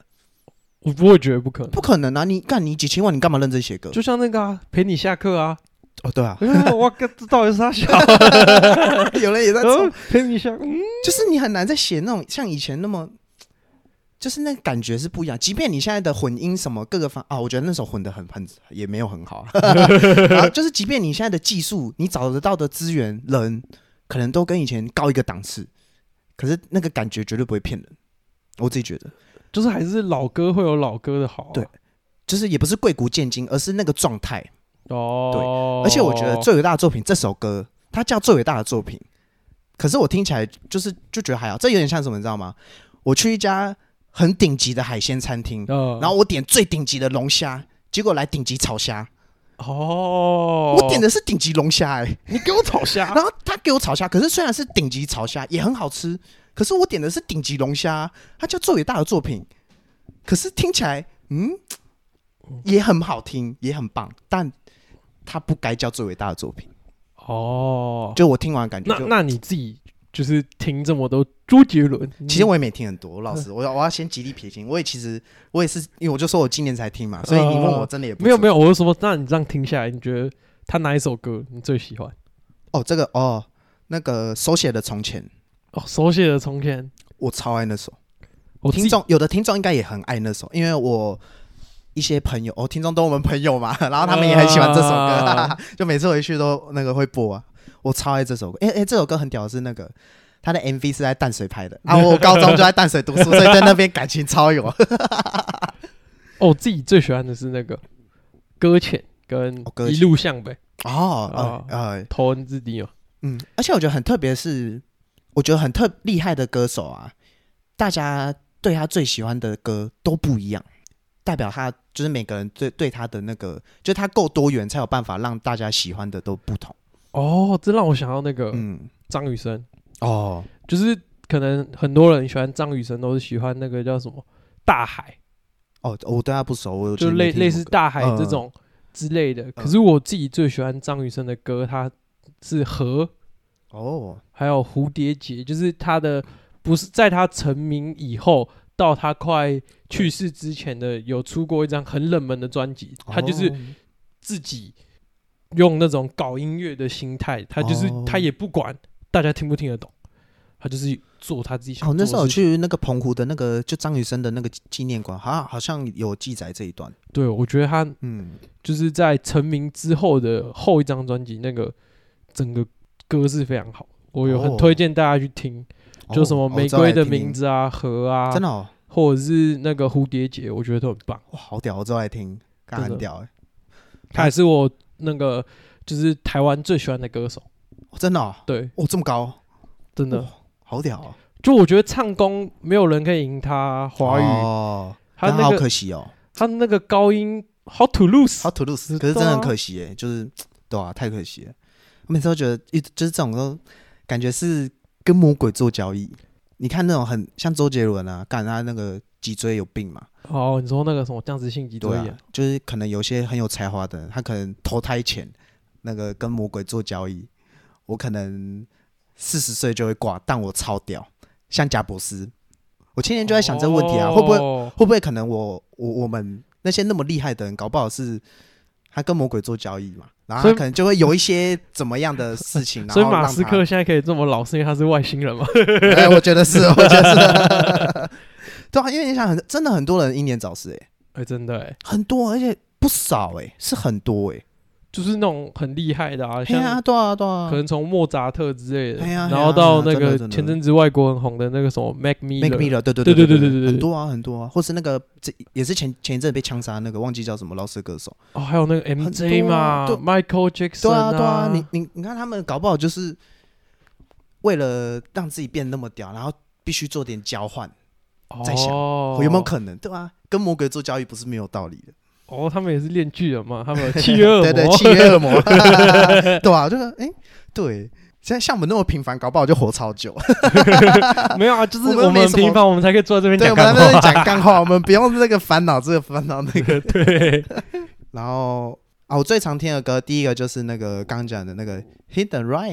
Speaker 2: 我不会觉得不可能，
Speaker 1: 不可能啊！你干你几千万，你干嘛认真写歌？
Speaker 2: 就像那个啊，陪你下 课啊，
Speaker 1: 哦，对啊，
Speaker 2: 我跟这到底是他 小，
Speaker 1: 有人也在冲
Speaker 2: 嗯，陪你下，嗯，
Speaker 1: 就是你很难再写那种像以前那么，就是那感觉是不一样。即便你现在的混音什么各个方啊，我觉得那时候混的很很也没有很
Speaker 2: 啊
Speaker 1: 好。然后就是，即便你现在的技术，你找得到的资源人，可能都跟以前高一个档次，可是那个感觉绝对不会骗人。我自己觉得，
Speaker 2: 就是还是老歌会有老歌的好啊。
Speaker 1: 对就是也不是贵古见今，而是那个状态。
Speaker 2: 哦，
Speaker 1: 而且我觉得最伟大的作品这首歌，它叫最伟大的作品，可是我听起来就是就觉得还好，这有点像什么，你知道吗？我去一家很顶级的海鲜餐厅，
Speaker 2: 呃，
Speaker 1: 然后我点最顶级的龙虾，结果来顶级炒虾，
Speaker 2: 哦，啊
Speaker 1: 我点的是顶级龙虾、欸，
Speaker 2: 你给我炒虾，
Speaker 1: 然后他给我炒虾，可是虽然是顶级炒虾也很好吃，可是我点的是顶级龙虾，它叫最伟大的作品，可是听起来嗯也很好听，也很棒，但它不该叫最伟大的作品。
Speaker 2: 哦，
Speaker 1: 就我听完感觉
Speaker 2: 那
Speaker 1: 就，
Speaker 2: 那你自己就是听这么多周杰伦，
Speaker 1: 其实我也没听很
Speaker 2: 嗯
Speaker 1: 多，老师，我要我要先极力撇清，我也其实我也是因为我就说我今年才听嘛，所以你问我真的也不
Speaker 2: 嗯没有没
Speaker 1: 有
Speaker 2: 有，我是说，那你这样听下来，你觉得他哪一首歌你最喜欢？
Speaker 1: 哦这个哦那个手写的从前，
Speaker 2: 哦，手写的从前，
Speaker 1: 我超爱那首。
Speaker 2: 我自己
Speaker 1: 听众有的听众应该也很爱那首，因为我一些朋友，哦，听众都我们朋友嘛， 然后他们也很喜欢这首歌，
Speaker 2: 啊
Speaker 1: 就每次回去都那个会播啊，我超爱这首歌。哎、哎、这首歌很屌，是那个他的 MV 是在淡水拍的啊，我高中就在淡水 读书，所以在那边感情超有。 哦，
Speaker 2: 哦，我自己最喜欢的是那个《搁浅》跟
Speaker 1: 哦搁
Speaker 2: 《
Speaker 1: 浅
Speaker 2: 一路向北》啊
Speaker 1: 哦，呃，
Speaker 2: 头文字 D 嘛。
Speaker 1: 嗯，而且我觉得很特别的是，我觉得很特厉害的歌手啊，大家对他最喜欢的歌都不一样，代表他就是每个人对对他的那个，就是他够多元，才有办法让大家喜欢的都不同。
Speaker 2: 哦，这让我想到那个
Speaker 1: 嗯，
Speaker 2: 张雨生，
Speaker 1: 哦，
Speaker 2: 就是可能很多人喜欢张雨生，都是喜欢那个叫什么《大海
Speaker 1: 哦，我对他不熟，我》，
Speaker 2: 就类类似《
Speaker 1: 大
Speaker 2: 大海
Speaker 1: 嗯》
Speaker 2: 这
Speaker 1: 嗯
Speaker 2: 种之类的。可是我自己最喜欢张雨生的歌，他是《河》
Speaker 1: 哦，
Speaker 2: 还有《蝴蝶结》，就是他的不是在他成名以后。到他快去世之前的，有出过一张很冷门的专辑，他就是
Speaker 1: 哦
Speaker 2: 自己用那种搞音乐的心态，他就是、
Speaker 1: 哦
Speaker 2: 他也不管大家听不听得懂，他就是做他自己想
Speaker 1: 哦，
Speaker 2: 做
Speaker 1: 那
Speaker 2: 的
Speaker 1: 时候我
Speaker 2: 事情。
Speaker 1: 去那个澎湖的那个就张雨生的那个纪念馆，好像好像有记载这一段。
Speaker 2: 对，我觉得他
Speaker 1: 嗯，
Speaker 2: 就是在成名之后的后一张专辑，那个整个歌是非常好，我有很
Speaker 1: 哦
Speaker 2: 推荐大家去听，就什么玫瑰的名、字啊、河
Speaker 1: 哦
Speaker 2: 啊
Speaker 1: 我知道来听听真，的哦，
Speaker 2: 或者是那个蝴蝶结，我觉得都很棒。
Speaker 1: 哇，好屌，我之后来听，干
Speaker 2: 真的
Speaker 1: 很屌哎、
Speaker 2: 他也是我那个就是台湾最喜欢的歌手，
Speaker 1: 哦真的、哦，
Speaker 2: 对，
Speaker 1: 哦，这么高。
Speaker 2: 真的
Speaker 1: 哇，好屌、哦！
Speaker 2: 就我觉得唱功没有人可以赢他华语。
Speaker 1: 哦，
Speaker 2: 他
Speaker 1: 但
Speaker 2: 那
Speaker 1: 好
Speaker 2: 个
Speaker 1: 可惜哦，
Speaker 2: 他那个高音好 to lose，
Speaker 1: 好 to lose，
Speaker 2: 知
Speaker 1: 可是真的
Speaker 2: 道
Speaker 1: 很
Speaker 2: 啊
Speaker 1: 可惜耶，就是对啊，太可惜了。我每次都觉得，一就是这种都感觉是跟魔鬼做交易。你看那种很像周杰伦啊，干他那个脊椎有病嘛，
Speaker 2: 哦，你说那个什么降职性脊椎
Speaker 1: 对
Speaker 2: 炎
Speaker 1: 啊，，就是可能有些很有才华的人，他可能投胎前那个跟魔鬼做交易，我可能四十岁就会挂，但我超屌，像贾博士。我今天就在想这个问题啊，会不会
Speaker 2: 会？
Speaker 1: 会不会可能我我我们那些那么厉害的人，搞不好是他跟魔鬼做交易嘛，然后
Speaker 2: 所以
Speaker 1: 他可能就会有一些怎么样的事情，然
Speaker 2: 所
Speaker 1: 后
Speaker 2: 以马
Speaker 1: 让
Speaker 2: 斯
Speaker 1: 他
Speaker 2: 克，现在可以这么老，是因为他是外 星人嘛？
Speaker 1: 哎，我觉得是，我觉得是， 对啊，因为你想很，真的很多人英年早逝，哎，
Speaker 2: 哎，真的哎，
Speaker 1: 很多，而且不少，哎，是很多，哎，
Speaker 2: 就是那种很厉害的啊，
Speaker 1: 哎呀，
Speaker 2: 像
Speaker 1: 对啊，对啊
Speaker 2: 可，能从莫扎特之类的，
Speaker 1: 哎呀
Speaker 2: 然后到
Speaker 1: 哎呀
Speaker 2: 那
Speaker 1: 真的
Speaker 2: 个
Speaker 1: 真的
Speaker 2: 前阵子外国很红的那个什么 Mac
Speaker 1: Make
Speaker 2: Miller，
Speaker 1: me 了，对对
Speaker 2: 对
Speaker 1: 对
Speaker 2: 对对对对
Speaker 1: 很多啊很多啊，或是那个这也是前前一阵被枪杀那个忘记叫什么老式歌手，
Speaker 2: 哦，还有那个
Speaker 1: 很
Speaker 2: MJ
Speaker 1: 多啊
Speaker 2: 嘛
Speaker 1: 对
Speaker 2: ，Michael
Speaker 1: 对
Speaker 2: Jackson
Speaker 1: 啊，对啊，你你你看他们搞不好就是为了让自己变那么屌，然后必须做点交换，在想
Speaker 2: 哦
Speaker 1: 有没有可能？对啊，跟魔鬼做交易不是没有道理的。
Speaker 2: 哦，他们也是练巨人 嘛，他们有契约恶
Speaker 1: 对
Speaker 2: 魔，
Speaker 1: 对，契约恶魔， 对啊，就是哎、对，现在像我们那么平凡，搞不好就活超 久。
Speaker 2: 没有啊，就是
Speaker 1: 我们
Speaker 2: 我们
Speaker 1: 没
Speaker 2: 很
Speaker 1: 什么
Speaker 2: 平凡，我们才可以坐在这边
Speaker 1: 对，
Speaker 2: 讲
Speaker 1: 我们在那
Speaker 2: 干话
Speaker 1: 边。讲干话，我们不用这个烦恼这个烦恼那个。
Speaker 2: 对，
Speaker 1: 然后啊，我最常听的歌，第一个就是那个刚讲的那个《Hidden Rain》。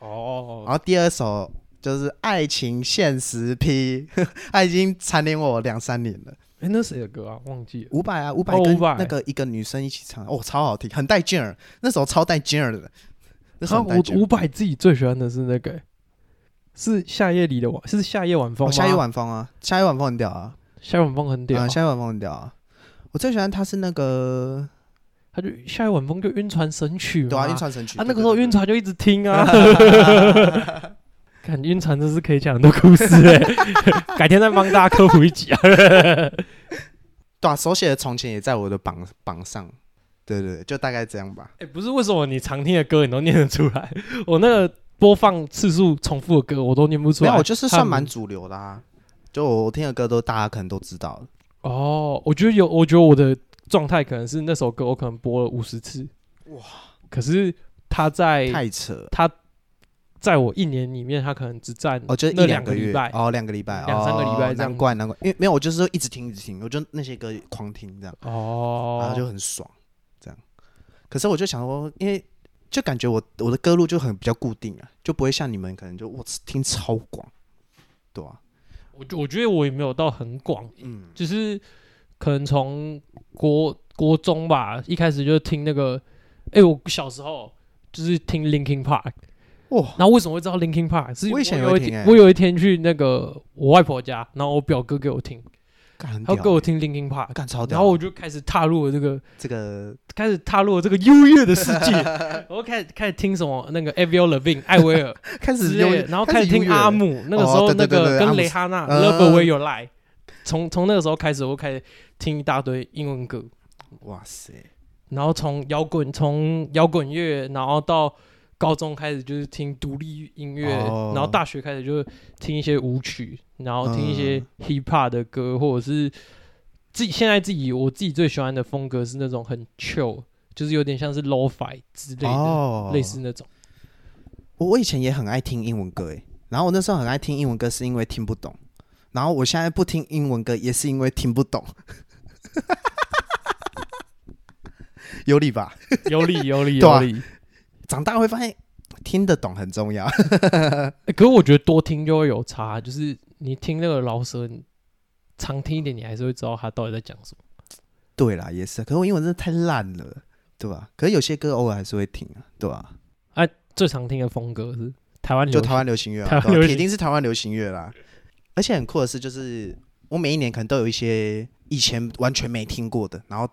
Speaker 2: 哦
Speaker 1: 然后第二首就是《爱情现实批》， 他已经蝉联我两三年了。
Speaker 2: 哎、那谁的歌啊？忘记了。
Speaker 1: 伍佰啊，伍
Speaker 2: 哦
Speaker 1: 佰跟
Speaker 2: 伍佰
Speaker 1: 那个一个女生一起唱，哦，超好听，很带劲儿。那首超带劲儿的，那
Speaker 2: 然后
Speaker 1: 首很带劲
Speaker 2: 啊我伍
Speaker 1: 儿。哦
Speaker 2: 佰自己最喜欢的是那个、是夏夜里的晚，是夏夜晚风
Speaker 1: 哦，
Speaker 2: 吗、
Speaker 1: 夏夜晚风啊，夏夜晚风很屌啊，
Speaker 2: 夏夜晚风很屌、
Speaker 1: 啊，夏夜晚风很屌啊。我最喜欢他是那个，
Speaker 2: 他就夏夜晚风就晕船神曲嘛，
Speaker 1: 对啊，晕船神曲
Speaker 2: 啊，那个时候晕
Speaker 1: 船，
Speaker 2: 船就一直听 啊。看晕船真是可以讲很多故事哎、 改天再帮大家科普一集 啊。
Speaker 1: 对啊，手写的从前也在我的榜榜上，对对对，就大概这样吧。
Speaker 2: 哎、不是为什么你常听的歌你都念得出来？我那个播放次数重复的歌，我都念不出
Speaker 1: 没
Speaker 2: 来。
Speaker 1: 有，我就是算
Speaker 2: 汉
Speaker 1: 蛮
Speaker 2: 文
Speaker 1: 主流的啊。就我听的歌都大家可能都知道了，
Speaker 2: 哦，我觉得有，我觉得我的状态可能是那首歌我可能播了五十次，
Speaker 1: 哇！
Speaker 2: 可是它在
Speaker 1: 太扯了。
Speaker 2: 它在我一年里面，它可能只占
Speaker 1: 哦，就是
Speaker 2: 那
Speaker 1: 一
Speaker 2: 两
Speaker 1: 两
Speaker 2: 个
Speaker 1: 月
Speaker 2: 礼拜，
Speaker 1: 哦，两个礼拜，
Speaker 2: 两三个礼拜
Speaker 1: 哦
Speaker 2: 这样子
Speaker 1: 难怪难怪，因为没有，我就是一直听一直听，我就那些歌狂听这样，然
Speaker 2: 哦
Speaker 1: 后，就很爽这样。可是我就想说，因为就感觉我我的歌路就很比较固定啊，就不会像你们可能就我听超广，对啊，
Speaker 2: 我觉我觉得我也没有到很广，
Speaker 1: 嗯，
Speaker 2: 就是可能从国国中吧，一开始就听那个，哎、我小时候就是听 Linkin Park，
Speaker 1: 哇，
Speaker 2: 然后为什么会知道 Linkin Park？是
Speaker 1: 我以前也
Speaker 2: 有
Speaker 1: 会
Speaker 2: 一
Speaker 1: 听
Speaker 2: 天
Speaker 1: 欸
Speaker 2: 我有一天去那个我外婆家，然后我表哥给我听，
Speaker 1: 干很
Speaker 2: 他
Speaker 1: 屌
Speaker 2: 给我
Speaker 1: 欸，
Speaker 2: 听 Linkin Park，
Speaker 1: 干超屌的，欸
Speaker 2: 然后我就开始踏入了这个，
Speaker 1: 这个
Speaker 2: 开始踏入了这个优越的世 界，我就开始开始听什么那个 Avril Lavigne 艾薇儿
Speaker 1: 开
Speaker 2: 之
Speaker 1: 始优
Speaker 2: 类的，
Speaker 1: 越，
Speaker 2: 然后
Speaker 1: 开
Speaker 2: 开
Speaker 1: 始
Speaker 2: 始听
Speaker 1: 优越
Speaker 2: 阿
Speaker 1: 了
Speaker 2: 姆，那个
Speaker 1: 哦
Speaker 2: 时候
Speaker 1: 对
Speaker 2: 那
Speaker 1: 对对
Speaker 2: 个
Speaker 1: 对阿
Speaker 2: 跟
Speaker 1: 姆
Speaker 2: 蕾
Speaker 1: 斯
Speaker 2: 哈娜
Speaker 1: 嗯
Speaker 2: Love Away Your Lie，从从那个时候开始，我开始听一大堆英文歌，
Speaker 1: 哇塞，
Speaker 2: 然后从摇滚从摇滚乐，然后到高中开始就是听独立音乐，
Speaker 1: 哦
Speaker 2: 然后大学开始就是听一些舞曲，然后听一些
Speaker 1: 嗯
Speaker 2: hip hop 的歌，或者是自己现在自己我自己最喜欢的风格是那种很 chill，就是有点像是 lo-fi 之类的，
Speaker 1: 哦，
Speaker 2: 类似 那种。
Speaker 1: 我我以前也很爱听英文歌诶，欸然后我那时候很爱听英文歌，是因为听不懂。然后我现在不听英文歌，也是因为听不懂， 有理吧？
Speaker 2: 有理有理
Speaker 1: 对
Speaker 2: 有
Speaker 1: 啊
Speaker 2: 理。
Speaker 1: 长大会发现听得懂很重要。
Speaker 2: 欸可是我觉得多听就会有差，啊就是你听那个饶舌，你常听一点，你还是会知道他到底在讲什么。
Speaker 1: 对啦，也是，可是我英文真的太烂了，对吧？可是有些歌偶尔还是会听啊，对吧？
Speaker 2: 最常听的风格是台湾
Speaker 1: 就
Speaker 2: 流
Speaker 1: 台
Speaker 2: 行，
Speaker 1: 湾流行乐、
Speaker 2: 台
Speaker 1: 啊，
Speaker 2: 湾
Speaker 1: 对吧
Speaker 2: 流
Speaker 1: 铁
Speaker 2: 行
Speaker 1: 定是台湾流行乐啦。而且很酷的是，就是我每一年可能都有一些以前完全没听过的，然后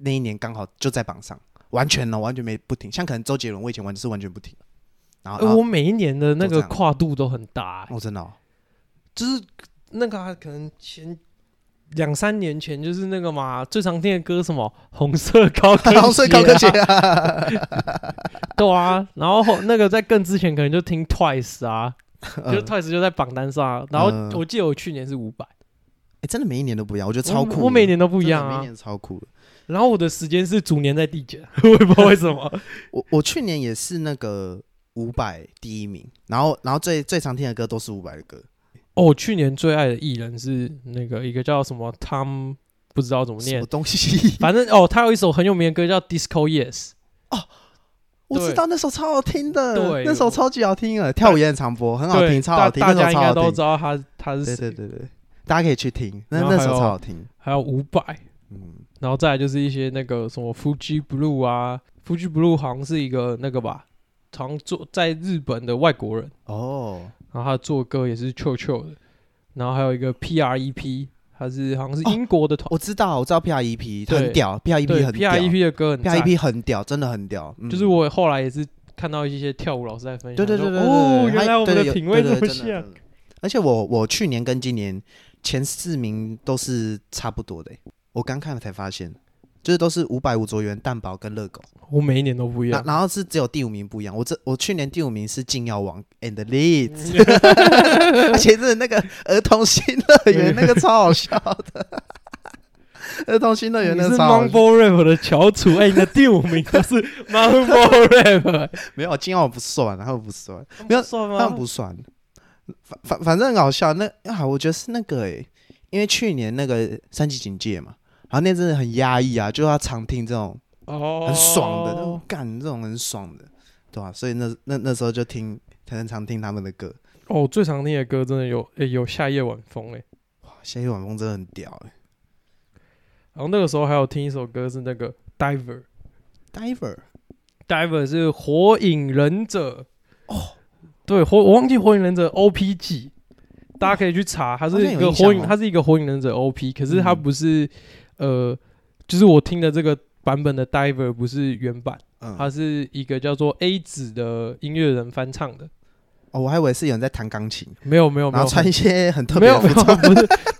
Speaker 1: 那一年刚好就在榜上，完全呢、完全没不听。像可能周杰伦，我以前完是完全不听，然后
Speaker 2: 欸
Speaker 1: 然后
Speaker 2: 我每一年的那
Speaker 1: 都这
Speaker 2: 个
Speaker 1: 样
Speaker 2: 跨度都很大、欸
Speaker 1: 哦真的、哦，
Speaker 2: 就是那个啊、可能前两三年前就是那个嘛，最常听的歌什么红色 高跟鞋、啊，
Speaker 1: 然后哦所以高跟鞋，啊，
Speaker 2: 对啊，然后后那个在更之前可能就听 Twice 啊，就是
Speaker 1: 嗯
Speaker 2: Twice 就在榜单上、啊，然
Speaker 1: 嗯
Speaker 2: 后我记得我去年是五百，
Speaker 1: 诶哎真的每一年都不一样，我觉得超酷
Speaker 2: 我，我每年都
Speaker 1: 都
Speaker 2: 不一样
Speaker 1: 每一
Speaker 2: 啊，
Speaker 1: 年超酷的。
Speaker 2: 然后我的时间是逐年在递减， 我也不知道为什么。
Speaker 1: 我我去年也是那个五百第一名，然后然后最最常听的歌都是五百的歌，
Speaker 2: 哦，我去年最爱的艺人是那个一个叫什么 Tom，不知道怎么
Speaker 1: 什
Speaker 2: 念
Speaker 1: 么，东西？
Speaker 2: 反正哦，他有一首很有名的歌叫 Disco Yes，
Speaker 1: 我知道那首超好听的，
Speaker 2: 对
Speaker 1: 那首超级好听的，跳舞也很常播，很好
Speaker 2: 对，
Speaker 1: 听，超好
Speaker 2: 大
Speaker 1: 听，
Speaker 2: 大
Speaker 1: 那
Speaker 2: 家
Speaker 1: 首
Speaker 2: 应
Speaker 1: 超
Speaker 2: 该
Speaker 1: 好
Speaker 2: 都知
Speaker 1: 听。
Speaker 2: 道他他是
Speaker 1: 对
Speaker 2: 谁，
Speaker 1: 对对对，大家可以去听，那
Speaker 2: 然后
Speaker 1: 那首
Speaker 2: 还有
Speaker 1: 超好听。
Speaker 2: 还有伍佰，
Speaker 1: 嗯，
Speaker 2: 然后再来就是一些那个什么 Fuji Blue 啊，Fuji Blue 好像是一个那个吧，好像做在日本的外国人，
Speaker 1: 哦，
Speaker 2: 然后他做歌也是 Q Q 的，然后还有一个 P R E P，他是好像是
Speaker 1: 哦
Speaker 2: 英国的团，
Speaker 1: 我知道，我知道 P R E P
Speaker 2: 对
Speaker 1: 很屌，P R E
Speaker 2: 对
Speaker 1: P 很
Speaker 2: P
Speaker 1: 屌
Speaker 2: R E P 的歌很
Speaker 1: ，P R E
Speaker 2: 赞
Speaker 1: P 很屌，真的很屌。嗯
Speaker 2: 就是，我后来也是看到一些跳舞老师在分享，
Speaker 1: 对对对对
Speaker 2: 说
Speaker 1: 对，
Speaker 2: 哦，
Speaker 1: 对
Speaker 2: 原来我们的品味这么。
Speaker 1: 对对对有对对对真的
Speaker 2: 像
Speaker 1: 真的而且我我去年跟今年前四名都是差不多的，我刚看了才发现，就是都是五百五卓元、蛋堡跟热狗。
Speaker 2: 我每一年都不一
Speaker 1: 然
Speaker 2: 样。
Speaker 1: 然后是只有第五名不一样，我这我去年第五名是禁药王 and Leeds，而且是那个儿童新乐园那个超好笑的， 儿童新乐园
Speaker 2: 你
Speaker 1: 那
Speaker 2: 是
Speaker 1: 个超好笑
Speaker 2: Mumble Rap 的翘楚，哎，你的第五名都是 Mumble Rap，
Speaker 1: 没有禁药王不算，他们不算，
Speaker 2: 没有算
Speaker 1: 他
Speaker 2: 吗？
Speaker 1: 们不算，反反反正很好笑。那啊，我觉得是那个诶、因为去年那个三级警戒嘛，然后那真的很压抑啊，就要常听这种
Speaker 2: 哦，
Speaker 1: 很爽的，那种干这种很爽的，对吧、所以那那那时候就听，很常听他们的歌。
Speaker 2: 哦，我最常听的歌真的有，哎，有夏夜晚风，哎，
Speaker 1: 夏夜晚风真的很屌哎、
Speaker 2: 然后那个时候还有听一首歌是那个 Diver。
Speaker 1: Diver
Speaker 2: Diver 是火影忍者哦，对，火我忘记火影忍者 OP 几，大家可以去查，它
Speaker 1: 好
Speaker 2: 是
Speaker 1: 像
Speaker 2: 一
Speaker 1: 有
Speaker 2: 个
Speaker 1: 印象
Speaker 2: 火影，
Speaker 1: 哦
Speaker 2: 它是一个火影忍者 OP，可是它
Speaker 1: 嗯
Speaker 2: 不是、呃，就是我听的这个版本的 Diver 不是原版，
Speaker 1: 嗯，
Speaker 2: 它是一个叫做 A 子的音乐人翻唱的，
Speaker 1: 哦，我还以为是有人在弹钢琴，
Speaker 2: 没有没哦有没
Speaker 1: 然
Speaker 2: 有
Speaker 1: 后穿一些很特
Speaker 2: 没
Speaker 1: 别
Speaker 2: 有
Speaker 1: 的
Speaker 2: 没
Speaker 1: 服
Speaker 2: 有
Speaker 1: 装。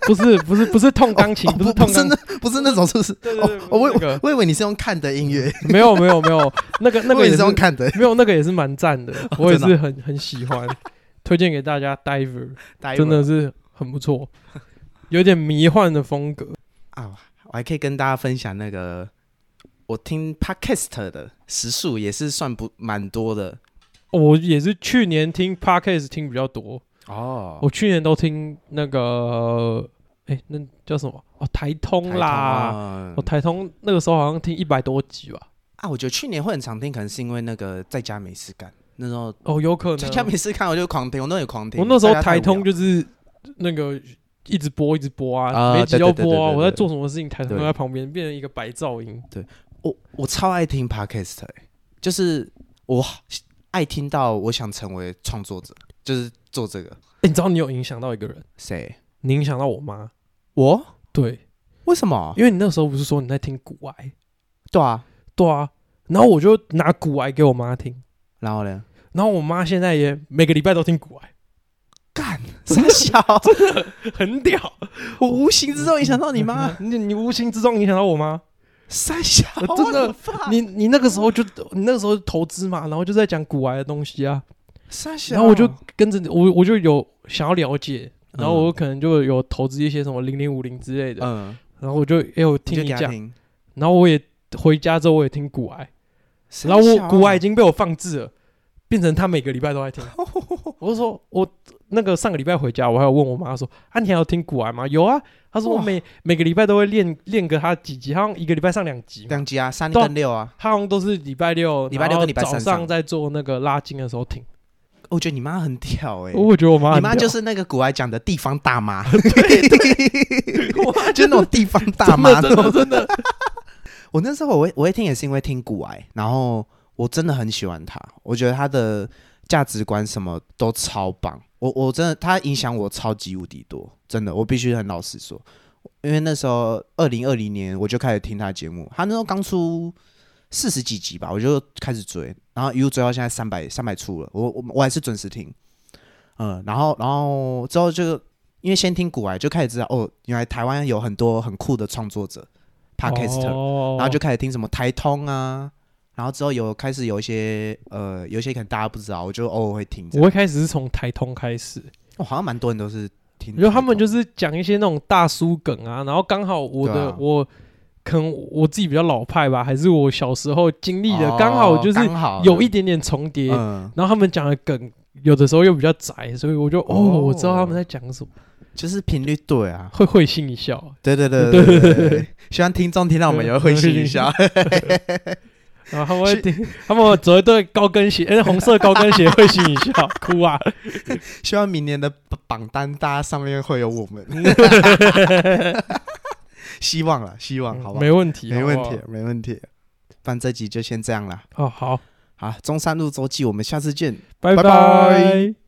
Speaker 2: 不是不是不是不是痛钢琴，
Speaker 1: 哦
Speaker 2: 是
Speaker 1: 不不
Speaker 2: 痛
Speaker 1: 是
Speaker 2: 钢，
Speaker 1: 那不是那种，是不是？
Speaker 2: 对对对，
Speaker 1: 哦哦我以
Speaker 2: 那个
Speaker 1: 我以为你是用看的音乐，
Speaker 2: 没有没有没有，那个
Speaker 1: 我以
Speaker 2: 那个
Speaker 1: 为你
Speaker 2: 也是
Speaker 1: 是用看的。
Speaker 2: 没有那个也是蛮 赞的，我也
Speaker 1: 真的啊
Speaker 2: 是很很喜欢， 推荐给大家 Diver。
Speaker 1: 待
Speaker 2: 真
Speaker 1: 会儿
Speaker 2: 的是很不错，有点迷幻的风格。
Speaker 1: 啊，我还可以跟大家分享那个我听 podcast 的时数也是算不蛮多的
Speaker 2: 我也是去年听 podcast 听比较多，
Speaker 1: 哦
Speaker 2: 我去年都听那个，哎、那叫什么？哦，台通啦，我台通那个时候好像听一百多集吧。
Speaker 1: 啊，我觉得去年会很常听，可能是因为那个在家没事干，那时候
Speaker 2: 哦，有可
Speaker 1: 在
Speaker 2: 能。
Speaker 1: 家没事干我就狂听，我那也狂听。
Speaker 2: 我那时
Speaker 1: 在
Speaker 2: 候
Speaker 1: 家太
Speaker 2: 台通
Speaker 1: 无聊
Speaker 2: 就是那个一直播一直播啊，
Speaker 1: 啊
Speaker 2: 每集
Speaker 1: 对
Speaker 2: 要
Speaker 1: 对对
Speaker 2: 播啊。
Speaker 1: 对对
Speaker 2: 我在
Speaker 1: 对
Speaker 2: 做什么事情，台通都
Speaker 1: 对
Speaker 2: 在旁边，变成一个白噪音。
Speaker 1: 我我超爱听 podcast，、欸、就是我爱听到我想成为创作者，就是做这个
Speaker 2: 哎、你知道你有影响到一个人，
Speaker 1: 谁
Speaker 2: 你影响到我妈。
Speaker 1: 我
Speaker 2: 对，
Speaker 1: 为什么？
Speaker 2: 因为你那时候不是说你在听古癌。
Speaker 1: 对啊，
Speaker 2: 对啊，然后我就拿古癌给我妈听，
Speaker 1: 然后呢？
Speaker 2: 然后我妈现在也每个礼拜都听古癌，
Speaker 1: 干傻小，
Speaker 2: 很屌。
Speaker 1: 我无形之中影响到你妈。
Speaker 2: 你你无形之中影响到我妈，
Speaker 1: 三小，
Speaker 2: 呃真的
Speaker 1: 我发
Speaker 2: 你你那个时候就你那个时候投资嘛，然后就在讲古癌的东西啊，
Speaker 1: 三小，
Speaker 2: 然后我就跟着我我就有想要了解。然后我可能就有投资一些什么零零五零之类的，
Speaker 1: 嗯，
Speaker 2: 然后我就哎我
Speaker 1: 你
Speaker 2: 听
Speaker 1: 就
Speaker 2: 你
Speaker 1: 给他
Speaker 2: 讲，
Speaker 1: 听。
Speaker 2: 然后我也回家之后我也听古癌，
Speaker 1: 三
Speaker 2: 然后
Speaker 1: 小啊
Speaker 2: 我古癌已经被我放置了，变成他每个礼拜都 在听。我就说，我那个上个礼拜回家，我还有问我妈说，啊，你还有听古癌吗？有啊，她说我
Speaker 1: 哇
Speaker 2: 每每个礼拜都会练练个她几集，她好像一个礼拜上两集嘛。
Speaker 1: 两集啊，三
Speaker 2: 对啊
Speaker 1: 跟六啊。
Speaker 2: 她好像都是礼拜六，
Speaker 1: 礼拜六跟礼拜
Speaker 2: 然后
Speaker 1: 三
Speaker 2: 早上
Speaker 1: 上
Speaker 2: 在做那个拉筋的时候听。
Speaker 1: 哦我觉得你妈很屌哎，
Speaker 2: 我觉得我妈
Speaker 1: 你
Speaker 2: 很
Speaker 1: 妈
Speaker 2: 屌
Speaker 1: 就是那个古埃讲的地方大妈， 对对，就那种地方大
Speaker 2: 真
Speaker 1: 妈
Speaker 2: 的。真的真的，
Speaker 1: 我那时候我会我会听也是因为听古埃，然后我真的很喜欢他，我觉得他的价值观什么都超棒。我我真的他影响我超级无敌多，真的，我必须很老实说，因为那时候二零二零年我就开始听他的节目，他那时候刚出四十几集吧，我就开始追，然后一路追到现在三百三百出了，我我我还是准时听，嗯，然后然后之后就因为先听古埃就开始知道哦，原来台湾有很多很酷的创作者 p o d c a s t
Speaker 2: 哦
Speaker 1: 然后就开始听什么台通啊，然后之后有开始有一些呃，有一些可能大家不知道，我就偶尔会听这
Speaker 2: 我
Speaker 1: 样。
Speaker 2: 一开始是从台通开始，
Speaker 1: 我、好像蛮多人都是听台通，
Speaker 2: 我觉得他们就是讲一些那种大叔梗啊，然后刚好我
Speaker 1: 对
Speaker 2: 的、
Speaker 1: 啊
Speaker 2: 我可能我自己比较老派吧，还是我小时候经历的，
Speaker 1: 哦
Speaker 2: 刚、好就是
Speaker 1: 刚好
Speaker 2: 有一点点重叠，
Speaker 1: 嗯，
Speaker 2: 然后他们讲的梗有的时候又比较窄，所以我就哦，
Speaker 1: 哦
Speaker 2: 我知道他们在讲什么，
Speaker 1: 就是频率对啊，
Speaker 2: 会会心一笑。
Speaker 1: 对对对
Speaker 2: 对
Speaker 1: 对
Speaker 2: 对
Speaker 1: 对
Speaker 2: 对
Speaker 1: 对，希望听众听到我们也会心一笑。
Speaker 2: 然后他们会听，他们只会对高跟鞋，哎、红色高跟鞋会心一笑，哭啊！
Speaker 1: 希望明年的榜单大家上面会有我 们，希望了，希望， 好吧，
Speaker 2: 没问题，
Speaker 1: 没问
Speaker 2: 好
Speaker 1: 题
Speaker 2: 不，
Speaker 1: 没问题。不然这集就先这样啦。
Speaker 2: 好。哦，好，
Speaker 1: 好，中山路周记，我们下次见。
Speaker 2: 拜
Speaker 1: 拜
Speaker 2: 拜
Speaker 1: 拜